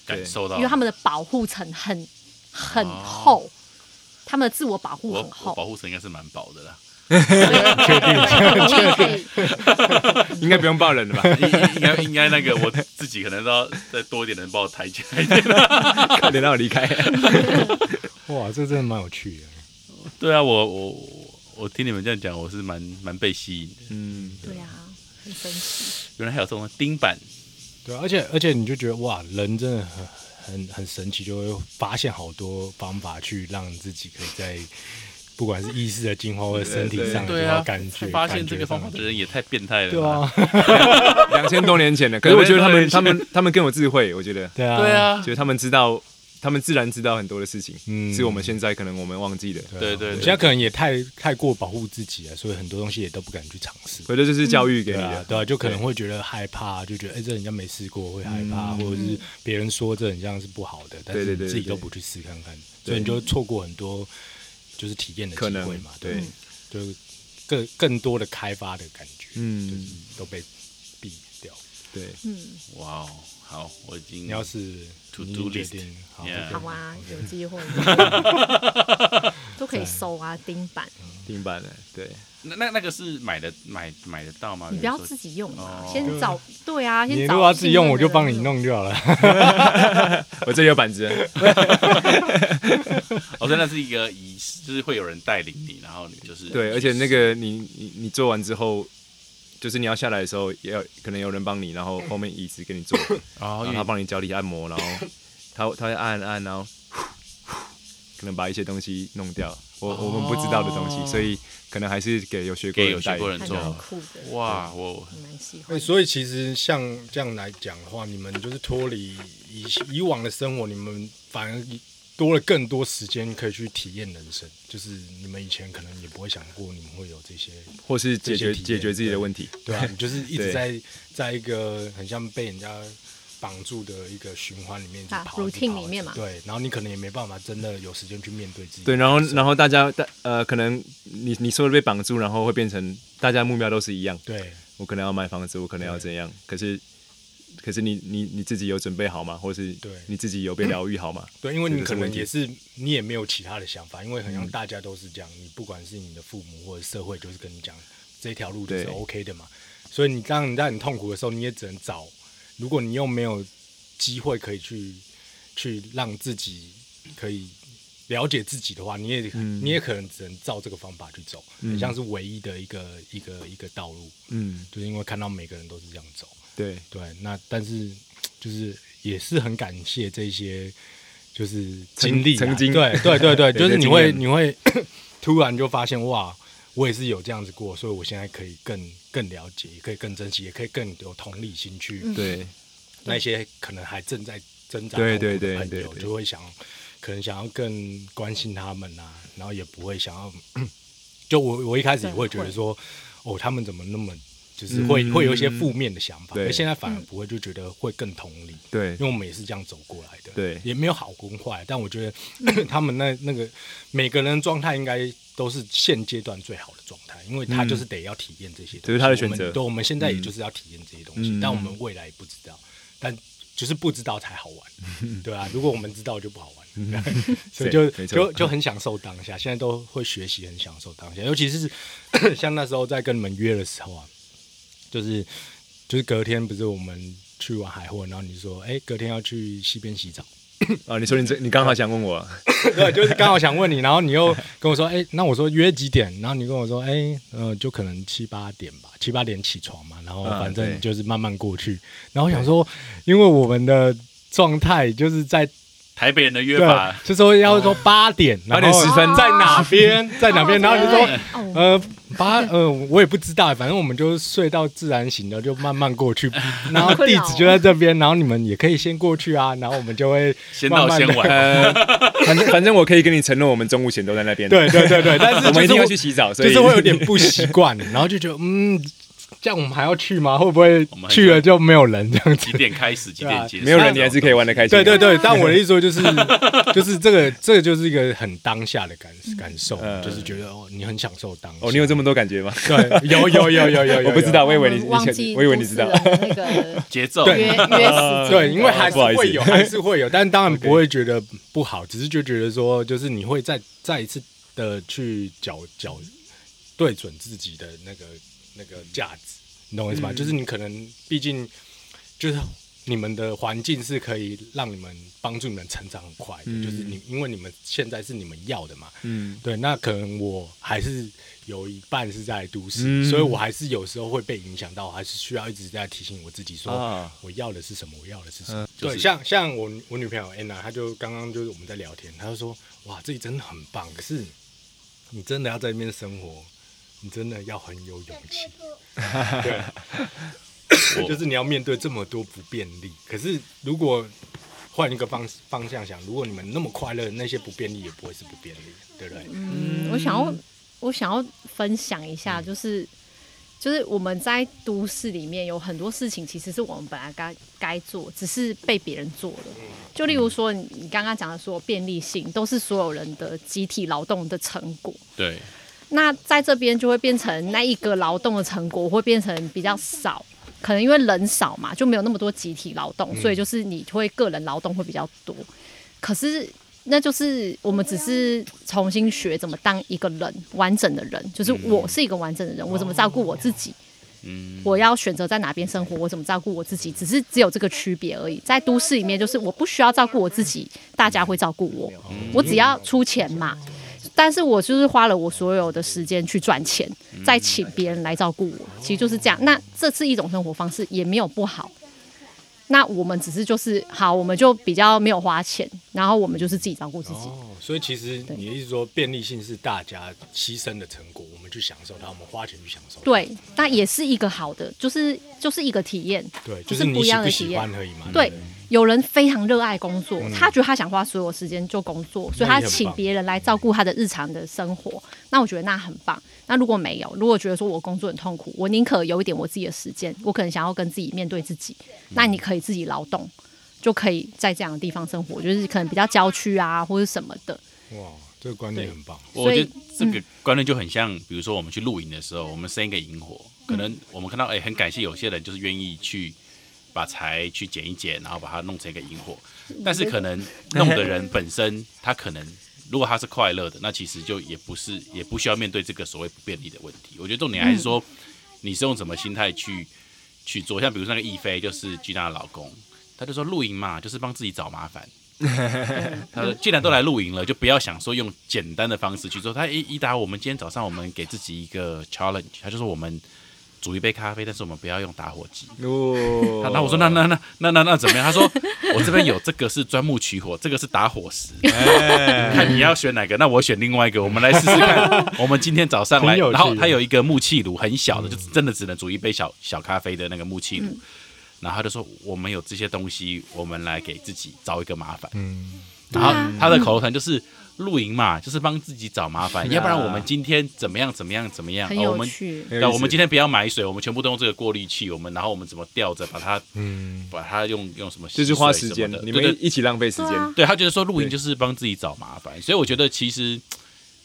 [SPEAKER 3] 感受到，
[SPEAKER 4] 为他们的保护层很很厚，他们的自我保护
[SPEAKER 3] 我
[SPEAKER 4] 很
[SPEAKER 3] 我保
[SPEAKER 4] 厚，
[SPEAKER 3] 护层应该是蛮薄的啦，
[SPEAKER 4] 确定确定。
[SPEAKER 2] 应该不用抱人了吧？
[SPEAKER 3] 应应应该应该那个我自己可能要再多一点人帮我抬起来一点。
[SPEAKER 2] 快点让我离开。
[SPEAKER 1] 哇，这真的蛮有趣的。
[SPEAKER 3] 对啊，我我我我听你们这样讲，我是蛮蛮被吸引的。
[SPEAKER 2] 嗯，
[SPEAKER 4] 对啊，很神奇。
[SPEAKER 3] 原来还有这种钉板，
[SPEAKER 1] 对啊，而且而且你就觉得哇，人真的很很很神奇，就会发现好多方法去让自己可以在不管是意识的进化或者身体上的
[SPEAKER 3] 对
[SPEAKER 1] 进
[SPEAKER 3] 啊
[SPEAKER 1] 化，感觉
[SPEAKER 3] 发现这个方法
[SPEAKER 1] 感
[SPEAKER 3] 的
[SPEAKER 1] 觉上
[SPEAKER 3] 人也太变态了。
[SPEAKER 1] 对，啊，
[SPEAKER 2] 两千多年前的，可是我觉得他们他们他们更有智慧，我觉得，
[SPEAKER 1] 对啊，
[SPEAKER 3] 对，啊
[SPEAKER 2] 觉，得他们知道，他们自然知道很多的事情，
[SPEAKER 1] 嗯
[SPEAKER 2] 是我们现在可能我们忘记的。
[SPEAKER 3] 对对
[SPEAKER 1] 我
[SPEAKER 3] 对
[SPEAKER 1] 现在可能也太太过保护自己了，所以很多东西也都不敢去尝试。
[SPEAKER 2] 我觉得就是教育给你
[SPEAKER 1] 对啊
[SPEAKER 2] 的，，
[SPEAKER 1] 对啊，就可能会觉得害怕，就觉得哎、这人家没试过会害怕，或者是别人说这很像是不好的，但
[SPEAKER 2] 嗯
[SPEAKER 1] 是
[SPEAKER 2] 对对
[SPEAKER 1] 你
[SPEAKER 2] 对
[SPEAKER 1] 自己都
[SPEAKER 2] 对
[SPEAKER 1] 不去试看看，所以你就错过很多就是体验的
[SPEAKER 2] 可
[SPEAKER 1] 机
[SPEAKER 2] 能
[SPEAKER 1] 会嘛，对
[SPEAKER 2] 对，
[SPEAKER 1] 就更更多的开发的感觉，就是
[SPEAKER 2] 嗯，
[SPEAKER 1] 都被避掉。
[SPEAKER 2] 对，
[SPEAKER 4] 嗯，
[SPEAKER 3] 哇哦，好，我已经
[SPEAKER 1] 你
[SPEAKER 2] 嗯
[SPEAKER 1] 要是
[SPEAKER 3] To
[SPEAKER 1] 你
[SPEAKER 3] do
[SPEAKER 1] 决
[SPEAKER 3] list
[SPEAKER 1] 定好
[SPEAKER 3] Yeah
[SPEAKER 4] 好啊，有机会都可以收啊，钉板，
[SPEAKER 2] 平板的，对，
[SPEAKER 3] 那那那个是买的买买得到吗？
[SPEAKER 4] 你不要自己用啊，先找对啊，
[SPEAKER 1] 你
[SPEAKER 4] 先
[SPEAKER 1] 如
[SPEAKER 4] 找。
[SPEAKER 1] 果要自己用，我就帮你。弄就好了。
[SPEAKER 2] 我这里有板子，
[SPEAKER 3] 哦，真的是一个仪式，就是会有人带领你，然后你就是
[SPEAKER 2] 对，而且那个你你你做完之后，就是你要下来的时候，也要可能有人帮你，然后后面椅子给你坐，
[SPEAKER 3] 哦
[SPEAKER 2] 然后他帮你脚底按摩，然后他他会按按，然后 可能把一些东西弄掉，我我们不知道的东西，所以可能还是给有学过
[SPEAKER 3] 给
[SPEAKER 2] 的
[SPEAKER 3] 有学过人
[SPEAKER 4] 还
[SPEAKER 3] 做
[SPEAKER 4] 蛮酷的，
[SPEAKER 3] 哇，我
[SPEAKER 4] 还蛮喜欢
[SPEAKER 1] 对，。哎所以其实像这样来讲的话，你们就是脱离以以往的生活，你们反而多了更多时间可以去体验人生。就是你们以前可能也不会想过，你们会有这些，
[SPEAKER 2] 或是解决
[SPEAKER 1] 这些体验
[SPEAKER 2] 解决自己的问题，
[SPEAKER 1] 对啊，你就是一直
[SPEAKER 2] 对
[SPEAKER 1] 在在一个很像被人家绑住的一个循环里面一直
[SPEAKER 4] 啊
[SPEAKER 1] 跑一直
[SPEAKER 4] routine
[SPEAKER 1] 跑
[SPEAKER 4] 里面嘛
[SPEAKER 1] 对，然后你可能也没办法真的有时间去面对自己。
[SPEAKER 2] 对，然后
[SPEAKER 1] 是
[SPEAKER 2] 然后大家大呃，可能你你说的被绑住，然后会变成大家目标都是一样，
[SPEAKER 1] 对，
[SPEAKER 2] 我可能要买房子，我可能要怎样，可是。可是你你你自己有准备好吗？或是
[SPEAKER 1] 对
[SPEAKER 2] 你自己有被疗愈好吗？
[SPEAKER 1] 对，因为
[SPEAKER 2] 这
[SPEAKER 1] 你
[SPEAKER 2] 就是
[SPEAKER 1] 可能
[SPEAKER 2] 问题嗯
[SPEAKER 1] 也是你也没有其他的想法，因为好像大家都是这样，你不管是你的父母或者社会，就是跟你讲这条路就是
[SPEAKER 2] 对
[SPEAKER 1] OK 的嘛。所以你当你在很痛苦的时候，你也只能找，如果你又没有机会可以去去让自己可以了解自己的话，你也、
[SPEAKER 2] 嗯
[SPEAKER 1] 你也可能只能照这个方法去走，很像是唯一的一个一个一个道路。
[SPEAKER 2] 嗯，
[SPEAKER 1] 就是因为看到每个人都是这样走，
[SPEAKER 2] 对，
[SPEAKER 1] 对，那但是就是也是很感谢这些就是
[SPEAKER 2] 曾
[SPEAKER 1] 经历啊、
[SPEAKER 2] 曾经
[SPEAKER 1] 对对对对，
[SPEAKER 2] 对
[SPEAKER 1] 就是
[SPEAKER 2] 这
[SPEAKER 1] 你
[SPEAKER 2] 经
[SPEAKER 1] 会
[SPEAKER 2] 验
[SPEAKER 1] 你会 突然就发现哇，我也是有这样子过，所以我现在可以更更了解，也可以更珍惜，也可以更有同理心去、
[SPEAKER 2] 对，
[SPEAKER 1] 那些可能还正在挣扎
[SPEAKER 2] 对
[SPEAKER 1] 痛苦
[SPEAKER 2] 对
[SPEAKER 1] 的
[SPEAKER 2] 对
[SPEAKER 1] 朋
[SPEAKER 2] 对
[SPEAKER 1] 友，
[SPEAKER 2] 对
[SPEAKER 1] 就会想可能想要更关心他们啊，然后也不会想要， 就我我一开始也会觉得说，哦，他们怎么那么。就是会、
[SPEAKER 2] 嗯
[SPEAKER 1] 会有一些负面的想法，
[SPEAKER 2] 对
[SPEAKER 1] 而现在反而不会，就觉得会更同理。
[SPEAKER 2] 对
[SPEAKER 1] 因为，我们也是这样走过来的，
[SPEAKER 2] 对
[SPEAKER 1] 也没有好跟坏，但我觉得 他们那那个每个人的状态应该都是现阶段最好的状态，因为他就是得要体验这些东西，
[SPEAKER 2] 这是他的选择
[SPEAKER 1] 我们对，我们现在也就是要体验这些东西，
[SPEAKER 2] 嗯
[SPEAKER 1] 但我们未来不知道，但就是不知道才好 玩，对啊，如果我们知道就不好玩， 啊所以就
[SPEAKER 2] 对没错嗯
[SPEAKER 1] 就就很享受当下，现在都会学习很享受当下，尤其是 像那时候在跟你们约的时候啊，就是就是隔天不是我们去完海货，然后你说，哎、隔天要去西边洗澡，
[SPEAKER 2] 啊，你说你这，你刚好想问我啊，
[SPEAKER 1] 对，就是刚好想问你，然后你又跟我说，哎、那我说约几点？然后你跟我说，哎、呃，就可能七八点吧，七八点起床嘛，然后
[SPEAKER 2] 啊
[SPEAKER 1] 反正
[SPEAKER 2] 对
[SPEAKER 1] 就是慢慢过去。然后我想说，因为我们的状态就是在
[SPEAKER 3] 台北人的约
[SPEAKER 1] 对
[SPEAKER 3] 法，，
[SPEAKER 1] 就说要说八点，然后
[SPEAKER 2] 8:10分
[SPEAKER 1] 在哪边， 在哪边，然后你就说
[SPEAKER 4] 对。哦，
[SPEAKER 1] 呃，八呃，我也不知道，反正我们就睡到自然醒了，就慢慢过去。然后地址就在这边，然后你们也可以先过去啊，然后我们就会
[SPEAKER 3] 先
[SPEAKER 1] 慢
[SPEAKER 3] 到
[SPEAKER 1] 慢
[SPEAKER 3] 先
[SPEAKER 1] 地。
[SPEAKER 3] 玩，
[SPEAKER 2] 呃，反正反正我可以跟你承诺，我们中午前都在那边，
[SPEAKER 1] 对，对对对，但是就是
[SPEAKER 2] 我们一定要去洗澡，所
[SPEAKER 1] 就
[SPEAKER 2] 以
[SPEAKER 1] 是会有点不习惯，然后就觉得嗯，这样我们还要去吗？会不会
[SPEAKER 3] 我们还
[SPEAKER 1] 去了就没有人这样子
[SPEAKER 3] 几？点开始，几
[SPEAKER 1] 对啊
[SPEAKER 3] 点结束，
[SPEAKER 2] 没有人，你还是可以玩的开心，
[SPEAKER 1] 对对，对，但我的意思说就是，就是这个，这个就是一个很当下的感感受，
[SPEAKER 2] 嗯
[SPEAKER 1] 就是觉得哦，你很享受当下。
[SPEAKER 2] 哦，你有这么多感觉吗？
[SPEAKER 1] 对，有有有有有，有
[SPEAKER 2] 我不知道，。我以
[SPEAKER 4] 我
[SPEAKER 2] 为你
[SPEAKER 4] 们忘
[SPEAKER 2] 你，
[SPEAKER 4] 记
[SPEAKER 2] 我以为你知道
[SPEAKER 4] 都，市人的那个
[SPEAKER 3] 节奏，
[SPEAKER 1] 对
[SPEAKER 4] 约约时间，
[SPEAKER 1] 对，因为还是
[SPEAKER 2] 呃哦不好意思
[SPEAKER 1] 会有，还是会有，但当 然不会觉得不好，只是就觉得说，就是你会再再一次的去矫矫对准自己的那个那个价值，你懂我意思
[SPEAKER 2] 嗯
[SPEAKER 1] 吗？就是你可能毕竟就是你们的环境是可以让你们帮助你们成长很快的，就是你因为你们现在是你们要的嘛，
[SPEAKER 2] 嗯，
[SPEAKER 1] 对，那可能我还是有一半是在都市，
[SPEAKER 2] 嗯
[SPEAKER 1] 所以我还是有时候会被影响到，还是需要一直在提醒我自己说，
[SPEAKER 2] 啊
[SPEAKER 1] 我要的是什么，我要的是什么。
[SPEAKER 3] 嗯就是
[SPEAKER 1] 对，像像我我女朋友 Anna，她就刚刚就是我们在聊天，她就说，哇，这里真的很棒，可是你真的要在那边生活，你真的要很有勇气。 对，就是你要面对这么多不便利。可是如果换一个方方向想，如果你们那么快乐，那些不便利也不会是不便利，对不对？
[SPEAKER 4] 嗯，我想要我想要分享一
[SPEAKER 1] 嗯
[SPEAKER 4] 下，就是就是我们在都市里面有很多事情，其实是我们本来该该做，只是被别人做了。
[SPEAKER 1] 嗯
[SPEAKER 4] 就例如说，你你刚刚讲的所有便利性，都是所有人的集体劳动的成果。
[SPEAKER 3] 对，
[SPEAKER 4] 那在这边就会变成那一个劳动的成果会变成比较少，可能因为人少嘛，就没有那么多集体劳动，所以就是你会个人劳动会比较多。可是那就是我们只是重新学怎么当一个人完整的人，就是我是一个完整的人，我怎么照顾我自己。我要选择在哪边生活，我怎么照顾我自己，只是只有这个区别而已。在都市里面，就是我不需要照顾我自己，大家会照顾我，
[SPEAKER 1] 嗯
[SPEAKER 4] 我只要出钱嘛。但是我就是花了我所有的时间去赚钱，再请别人来照顾我，其实就是这样。那这是一种生活方式，也没有不好。那我们只是就是好，我们就比较没有花钱，然后我们就是自己照顾自己。
[SPEAKER 1] 哦，所以其实你的意思说，便利性是大家牺牲的成果，我们去享受它，我们花钱去享受它。
[SPEAKER 4] 对，那也是一个好的，就是就是一个体验。
[SPEAKER 1] 对，
[SPEAKER 4] 就
[SPEAKER 1] 就是是你
[SPEAKER 4] 不一
[SPEAKER 1] 喜
[SPEAKER 4] 样
[SPEAKER 1] 不
[SPEAKER 4] 的体
[SPEAKER 1] 喜
[SPEAKER 4] 验
[SPEAKER 1] 欢而已
[SPEAKER 3] 啊
[SPEAKER 1] 嘛。
[SPEAKER 4] 对
[SPEAKER 1] 不，
[SPEAKER 4] 有人非常热爱工
[SPEAKER 3] 嗯
[SPEAKER 4] 作，他觉得他想花所有时间就工作，所以
[SPEAKER 1] 那
[SPEAKER 4] 他
[SPEAKER 1] 也很
[SPEAKER 4] 请
[SPEAKER 1] 棒
[SPEAKER 4] 别人来照顾他的日常的生活。那我觉得那很棒。那如果没有，如果觉得说我工作很痛苦，我宁可有一点我自己的时间，我可能想要跟自己面对自己。
[SPEAKER 3] 嗯
[SPEAKER 4] 那你可以自己劳动，就可以在这样的地方生活，就是可能比较郊区啊或者什么的。
[SPEAKER 1] 对哇，这个观念很棒。
[SPEAKER 3] 我
[SPEAKER 4] 所以
[SPEAKER 3] 觉
[SPEAKER 4] 嗯
[SPEAKER 3] 得这个观念就很像，比如说我们去露营的时候，我们生一个营火，
[SPEAKER 4] 嗯
[SPEAKER 3] 可能我们看到哎、很感谢有些人就是愿意去把柴去捡一捡，然后把它弄成一个营火，
[SPEAKER 4] 嗯
[SPEAKER 3] 但是可能弄的人本身他可能。如果他是快乐的，那其实就也不是，也不需要面对这个所谓不便利的问题。我觉得重点还是说，你是用什么心态去去做。像比如说那个亦菲，就是吉娜的老公，他就说露营嘛，就是帮自己找麻烦。他说，既然都来露营了，就不要想说用简单的方式去做。他一一达，我们今天早上我们给自己一个 challenge，他就说我们煮一杯咖啡，但是我们不要用打火机。
[SPEAKER 2] 哦，
[SPEAKER 3] 那我说那那那那那那怎么样？他说我这边有这个是钻木取火，这个是打火石，
[SPEAKER 1] 哎
[SPEAKER 3] 看你要选哪个。那我选另外一个，我们来试试看。我们今天早上来，
[SPEAKER 1] 挺有趣的
[SPEAKER 3] 然后他有一个木气炉，很小的，就真的只能煮一杯小小咖啡的那个木气
[SPEAKER 4] 嗯
[SPEAKER 3] 炉。然后他就说我们有这些东西，我们来给自己找一个麻烦。
[SPEAKER 1] 嗯
[SPEAKER 3] 然后
[SPEAKER 4] 啊
[SPEAKER 3] 他的口头禅就是。露营嘛，就是帮自己找麻
[SPEAKER 1] 啊
[SPEAKER 3] 烦，要不然我们今天怎么样怎么样怎么样？
[SPEAKER 4] 很
[SPEAKER 3] 哦我
[SPEAKER 4] 有
[SPEAKER 3] 们
[SPEAKER 4] 趣。
[SPEAKER 3] 对，
[SPEAKER 2] 很有意
[SPEAKER 3] 我们
[SPEAKER 2] 思
[SPEAKER 3] 今天不要买水，我们全部都用这个过滤器，我们然后我们怎么吊着把它，嗯，把它用用什么洗水什么的，
[SPEAKER 2] 就是花时间，你们
[SPEAKER 3] 对对
[SPEAKER 2] 一起浪费时
[SPEAKER 4] 对
[SPEAKER 2] 间
[SPEAKER 4] 啊。
[SPEAKER 3] 对他觉得说露营就是帮自己找麻烦，所以我觉得其实，嗯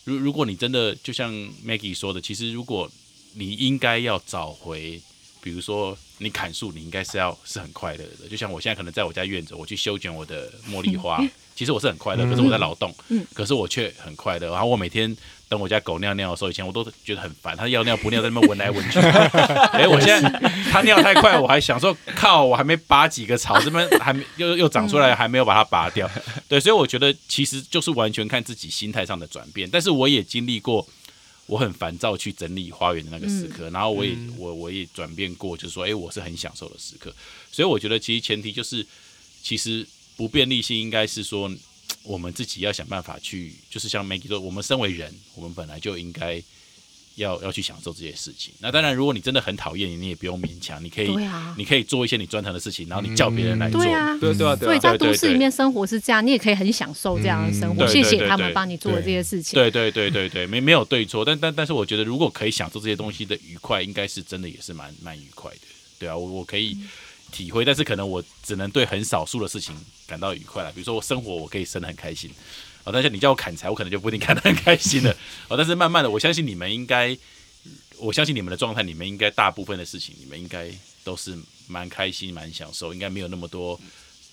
[SPEAKER 3] 如如果你真的就像 Maggie 说的，其实如果你应该要找回，比如说你砍树，你应该是要是很快乐的。就像我现在可能在我家院子，我去修剪我的茉莉花，其实我是很快乐，可是我在劳动，可是我却很快乐。然后我每天。等我家狗尿尿的时候，以前我都觉得很烦，它要尿不尿在那边闻来闻去。哎、我现在它尿太快，我还想说靠，我还没拔几个草，这边还没又又长出来，还没有把它拔掉。对，所以我觉得其实就是完全看自己心态上的转变。但是我也经历过，我很烦躁去整理花园的那个时
[SPEAKER 4] 嗯
[SPEAKER 3] 刻，然后我也、我我也转变过，就是说，哎、我是很享受的时刻。所以我觉得其实前提就是，其实不便利性应该是说，我们自己要想办法去，就是像 Maggie 说，我们身为人，我们本来就应该。要要去享受这些事情。那当然，如果你真的很讨厌，你也不用勉强，你可以，
[SPEAKER 4] 嗯对啊
[SPEAKER 3] 你可以做一些你专长的事情，然后你叫别人来做。
[SPEAKER 4] 对啊，
[SPEAKER 2] 对啊对啊对
[SPEAKER 4] 所以
[SPEAKER 2] 啊，
[SPEAKER 4] 在
[SPEAKER 3] 对对
[SPEAKER 4] 都市里面生活是这样，你也可以很享受这样的生活。
[SPEAKER 3] 嗯
[SPEAKER 4] 谢
[SPEAKER 3] 对对
[SPEAKER 4] 谢
[SPEAKER 3] 对
[SPEAKER 4] 他们帮你做的这些事情。
[SPEAKER 3] 对对对对对，没没有对错，但但但是我觉得，如果可以享受这些东西的愉快，应该是真的也是蛮蛮愉快的。对啊，我我可以
[SPEAKER 2] 嗯
[SPEAKER 3] 体会，但是可能我只能对很少数的事情感到愉快了。比如说我生活，我可以生得很开心，啊、但是你叫我砍柴，我可能就不一定砍得很开心 了。啊、但是慢慢的，我相信你们应该，我相信你们的状态，你们应该大部分的事情，你们应该都是蛮开心、蛮享受，应该没有那么多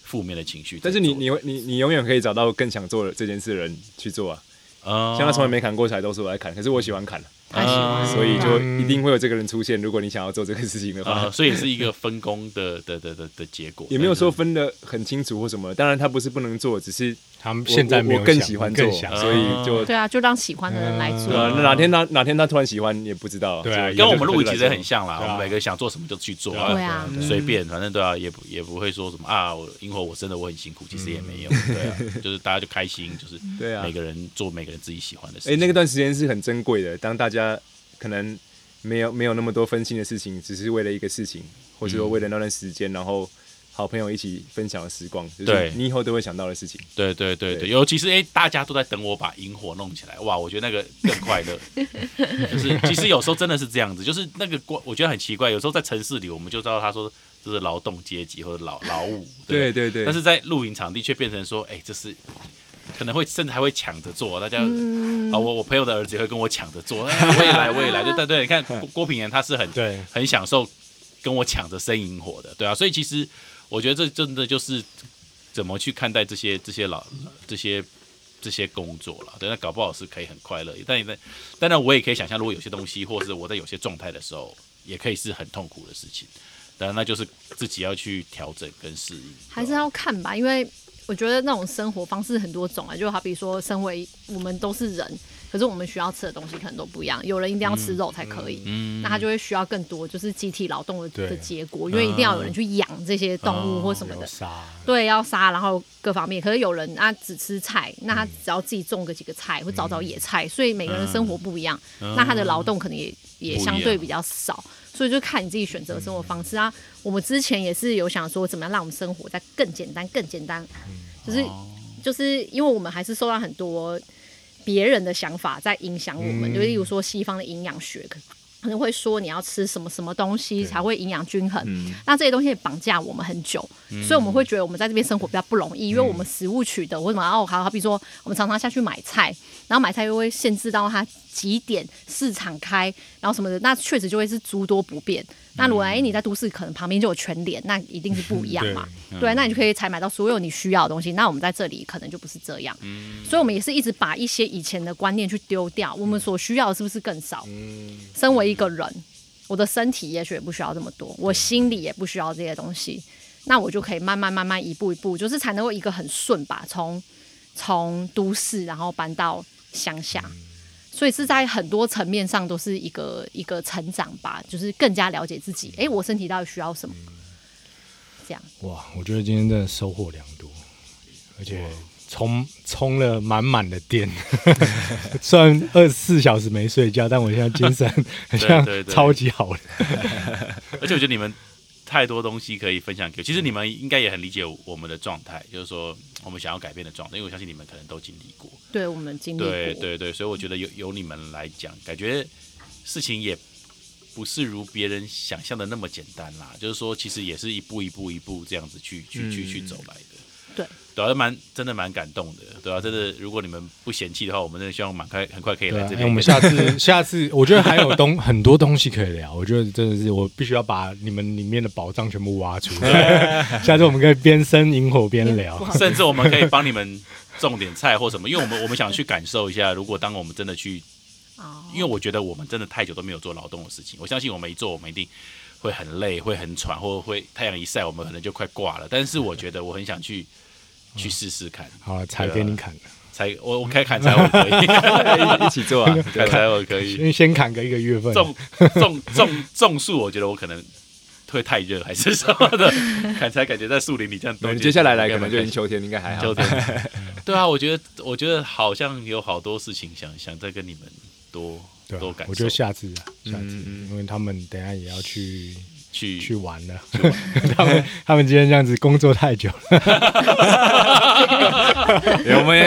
[SPEAKER 3] 负面的情绪在做
[SPEAKER 2] 但
[SPEAKER 3] 的。
[SPEAKER 2] 是你你会你你永远可以找到更想做的这件事的人去做啊。
[SPEAKER 3] 呃，
[SPEAKER 2] 像他从来没砍过柴，都是我来砍，可是我喜欢砍，
[SPEAKER 4] 他喜
[SPEAKER 1] 哦
[SPEAKER 4] 欢，
[SPEAKER 2] 所以就
[SPEAKER 1] 嗯
[SPEAKER 2] 一定会有这个人出现。如果你想要做这个事情的
[SPEAKER 3] 啊、
[SPEAKER 2] 话，
[SPEAKER 3] 所以是一个分工的的的的的结果，
[SPEAKER 2] 也没有说分的很清楚或什么。当然他不是不能做，只是
[SPEAKER 1] 他们
[SPEAKER 2] 我
[SPEAKER 1] 现在
[SPEAKER 2] 我
[SPEAKER 1] 没有
[SPEAKER 2] 我更
[SPEAKER 1] 想
[SPEAKER 2] 喜欢
[SPEAKER 1] 更
[SPEAKER 2] 做，
[SPEAKER 1] 想哦
[SPEAKER 2] 所以就
[SPEAKER 4] 对啊，就让喜欢的人来做
[SPEAKER 2] 对。啊，那哪天他哪天他突然喜欢也不知道。
[SPEAKER 1] 对啊
[SPEAKER 2] 所以
[SPEAKER 1] 也
[SPEAKER 3] 跟我们
[SPEAKER 2] 就
[SPEAKER 3] 录影其实也很
[SPEAKER 2] 就
[SPEAKER 3] 像啦。
[SPEAKER 1] 对
[SPEAKER 3] 我
[SPEAKER 1] 啊
[SPEAKER 3] 们每个人想做什么就去做，
[SPEAKER 1] 对啊
[SPEAKER 4] 对啊
[SPEAKER 3] 嗯随便，反正对啊，也不也不会说什么啊，我因为我真的我很辛苦，其实也没有，对啊，就是大家就开心，就是
[SPEAKER 2] 对啊
[SPEAKER 3] 每个人做每个人自己喜欢的事
[SPEAKER 2] 哎、
[SPEAKER 3] 情。
[SPEAKER 2] 那个段时间是很珍贵的，当大家可能没有没有那么多分心的事情，只是为了一个事情，或者说为了那段时间，然后好朋友一起分享的时光，就
[SPEAKER 3] 对
[SPEAKER 2] 是你以后都会想到的事情。
[SPEAKER 3] 对对对对，
[SPEAKER 2] 对
[SPEAKER 3] 尤其是哎、诶大家都在等我把萤火弄起来，哇，我觉得那个更快乐。 就是其实有时候真的是这样子，就是那个光，我觉得很奇怪。有时候在城市里，我们就知道他说这是劳动阶级或者劳劳务，
[SPEAKER 2] 对
[SPEAKER 3] 不对
[SPEAKER 2] 对对
[SPEAKER 3] 但是在露营场地却变成说，哎、这是可能会甚至还会抢着做，大家、啊，我我朋友的儿子也会跟我抢着做，哎、我也来我也来，对对对，你看郭郭平原他是很
[SPEAKER 1] 对
[SPEAKER 3] 很享受跟我抢着生萤火的，对啊，所以其实我觉得这真的就是怎么去看待这些这些老这些这些工作了。对，那搞不好是可以很快乐，但但当然我也可以想象，如果有些东西，或是我在有些状态的时候，也可以是很痛苦的事情。当然，那就是自己要去调整跟适应。
[SPEAKER 4] 还是要看吧，因为我觉得那种生活方式很多种啊，就好比说，身为我们都是人，可是我们需要吃的东西可能都不一样，有人一定要吃肉才可以，那他就会需要更多就是集体劳动的
[SPEAKER 1] 嗯对嗯啊
[SPEAKER 4] 的结果，因为一定要有人去养这些动物或什么
[SPEAKER 1] 有
[SPEAKER 4] 的，
[SPEAKER 1] 杀，
[SPEAKER 4] 对，要杀，然后各方面。可是有人啊只吃菜，那他只要自己种个几个菜，或找找野菜，所以每个人生活不一样，那他的劳动可能也也
[SPEAKER 3] 不一
[SPEAKER 4] 相对
[SPEAKER 3] 样
[SPEAKER 4] 比较少。所以就看你自己选择的生活方式啊。我们之前也是有想说，怎么样让我们生活在更简单、更简单，就是就是因为我们还是受到很多别人的想法在影响我们，就例如说西方的营养学。可可能会说你要吃什么什么东西才会营养均衡，那这些东西也绑架我们很久，所以我们会觉得我们在这边生活比较不容易，因为我们食物取得为什么？哦，好好比说我们常常下去买菜，然后买菜又会限制到它几点市场开，然后什么的，那确实就会是诸多不便。那如果哎你在都市可能旁边就有全联，那一定是不一样嘛，对，那你就可以采买到所有你需要的东西。那我们在这里可能就不是这样，所以我们也是一直把一些以前的观念去丢掉，我们所需要的是不是更少？身为一个人，我的身体也许也不需要这么多，我心里也不需要这些东西。那我就可以慢慢慢慢一步一步，就是才能够一个很顺吧，从从都市然后搬到乡下，
[SPEAKER 2] 嗯
[SPEAKER 4] 所以是在很多层面上都是一个一个成长吧，就是更加了解自己，
[SPEAKER 2] 嗯
[SPEAKER 4] 诶，我身体到底需要什么，这样。
[SPEAKER 1] 哇，我觉得今天真的收获良多，而且充充了满满的电。 虽然二十四小时没睡觉，但我现在精 神很像
[SPEAKER 3] 对对
[SPEAKER 1] 超级好的。
[SPEAKER 3] 而且我觉得你们太多东西可以分享给我，其实你们应该也很理解我们的状态，就是说我们想要改变的状态，因为我相信你们可能都经历过。
[SPEAKER 4] 对我们经历过，
[SPEAKER 3] 对对对，所以我觉得有有你们来讲，感觉事情也不是如别人想象的那么简单啦。就是说，其实也是一步一步一步这样子去去去
[SPEAKER 1] 嗯
[SPEAKER 3] 去走来的。
[SPEAKER 4] 对，
[SPEAKER 3] 对啊，蛮真的蛮感动的，对啊，真的，如果你们不嫌弃的话，我们真的希望蛮快很快可以
[SPEAKER 1] 对、
[SPEAKER 3] 来
[SPEAKER 1] 啊
[SPEAKER 3] 这，
[SPEAKER 1] 哎
[SPEAKER 3] 边。
[SPEAKER 1] 我们下次下次，我觉得还有东很多东西可以聊。我觉得真的是我必须要把你们里面的宝藏全部挖出来。下次我们可以边生萤火边聊
[SPEAKER 4] 不。好
[SPEAKER 3] 甚至我们可以帮你们种点菜或什么，因为我们我们想去感受一下，如果当我们真的去，
[SPEAKER 4] 哦
[SPEAKER 3] 因为我觉得我们真的太久都没有做劳动的事情，我相信我们一做，我们一定会很累，会很喘，或会太阳一晒，我们可能就快挂了。但是我觉得我很想 去去试试看，
[SPEAKER 1] 好了，才给你砍了，
[SPEAKER 3] 才我我开砍柴我 可以，
[SPEAKER 2] 一起做啊，
[SPEAKER 3] 砍柴我可以
[SPEAKER 1] 因为先砍个一个月份。
[SPEAKER 3] 种种种种树，我觉得我可能。会太热还是什么 的？砍柴感觉在树林里这样
[SPEAKER 2] 我
[SPEAKER 3] 多。
[SPEAKER 2] 们接下来来可
[SPEAKER 3] 干嘛
[SPEAKER 2] 能就已经秋天，应该还好
[SPEAKER 3] 秋。天。哎 对啊，我觉得我觉得好像有好多事情想想再跟你们多
[SPEAKER 1] 对啊、
[SPEAKER 3] 多感受，
[SPEAKER 1] 我觉得下次啊，下次，
[SPEAKER 2] 嗯
[SPEAKER 1] 因为他们等一下也要去
[SPEAKER 3] 去
[SPEAKER 1] 去玩了。 他们他们今天这样子工作太久了，
[SPEAKER 4] 聊
[SPEAKER 2] 对哎我们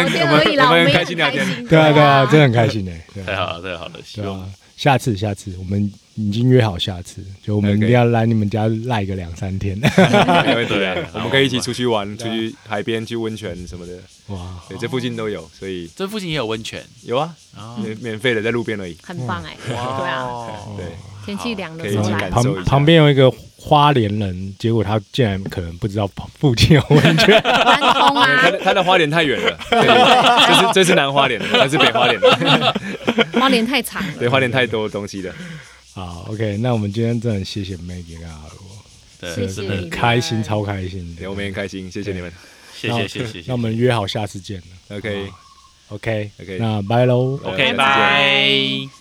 [SPEAKER 4] 天而已啦，
[SPEAKER 2] 我
[SPEAKER 4] 我
[SPEAKER 2] 们
[SPEAKER 4] 们也
[SPEAKER 2] 开心聊天，
[SPEAKER 1] 对啊对啊，真的很开心哎，对
[SPEAKER 3] 太
[SPEAKER 1] 啊
[SPEAKER 3] 好了太好了，希
[SPEAKER 1] 对
[SPEAKER 3] 望
[SPEAKER 1] 啊，下次下次我们已经约好下次，就我们
[SPEAKER 2] OK
[SPEAKER 1] 一定要来你们家赖个两三天。
[SPEAKER 2] 没问题
[SPEAKER 3] 对
[SPEAKER 2] 啊。我们可以一起出去玩，出去海边去温泉什么的，
[SPEAKER 1] 哇，
[SPEAKER 2] 对，这附近都有，所以
[SPEAKER 3] 这附近也有温泉
[SPEAKER 2] 有啊，
[SPEAKER 3] 啊，
[SPEAKER 2] 免免费的在路边而已。
[SPEAKER 4] 很棒哎、
[SPEAKER 3] 哇
[SPEAKER 4] 对啊，
[SPEAKER 3] 哦
[SPEAKER 2] 对，
[SPEAKER 4] 天气凉的
[SPEAKER 2] 可以
[SPEAKER 4] 时候
[SPEAKER 2] 一起
[SPEAKER 4] 来
[SPEAKER 2] 感，受一
[SPEAKER 1] 旁
[SPEAKER 2] 下
[SPEAKER 1] 旁边有一个花莲人，结果他竟然可能不知道旁附近有温泉。
[SPEAKER 4] 南通
[SPEAKER 2] 他
[SPEAKER 4] 啊
[SPEAKER 2] 的，他的花莲 太远了，所以这是这是南花莲的，那是北花莲 的，
[SPEAKER 4] 花莲太长了，
[SPEAKER 2] 对，花莲太多东西了。
[SPEAKER 1] 好，OK，那我们今天真的很谢谢 Maggie 跟阿罗，
[SPEAKER 3] 对，
[SPEAKER 4] 谢
[SPEAKER 3] 真
[SPEAKER 4] 你
[SPEAKER 3] 的
[SPEAKER 4] 们
[SPEAKER 1] 开心超开心
[SPEAKER 2] 对，
[SPEAKER 1] 的。
[SPEAKER 2] 我们也很开心，谢谢你们。
[SPEAKER 3] 谢谢谢谢
[SPEAKER 1] 那
[SPEAKER 3] 谢
[SPEAKER 1] 我
[SPEAKER 3] 谢
[SPEAKER 1] 们约好下次见了。
[SPEAKER 2] OK，
[SPEAKER 1] OK
[SPEAKER 2] OK
[SPEAKER 1] 那拜喽。
[SPEAKER 3] ，OK，
[SPEAKER 2] 再见
[SPEAKER 3] 拜。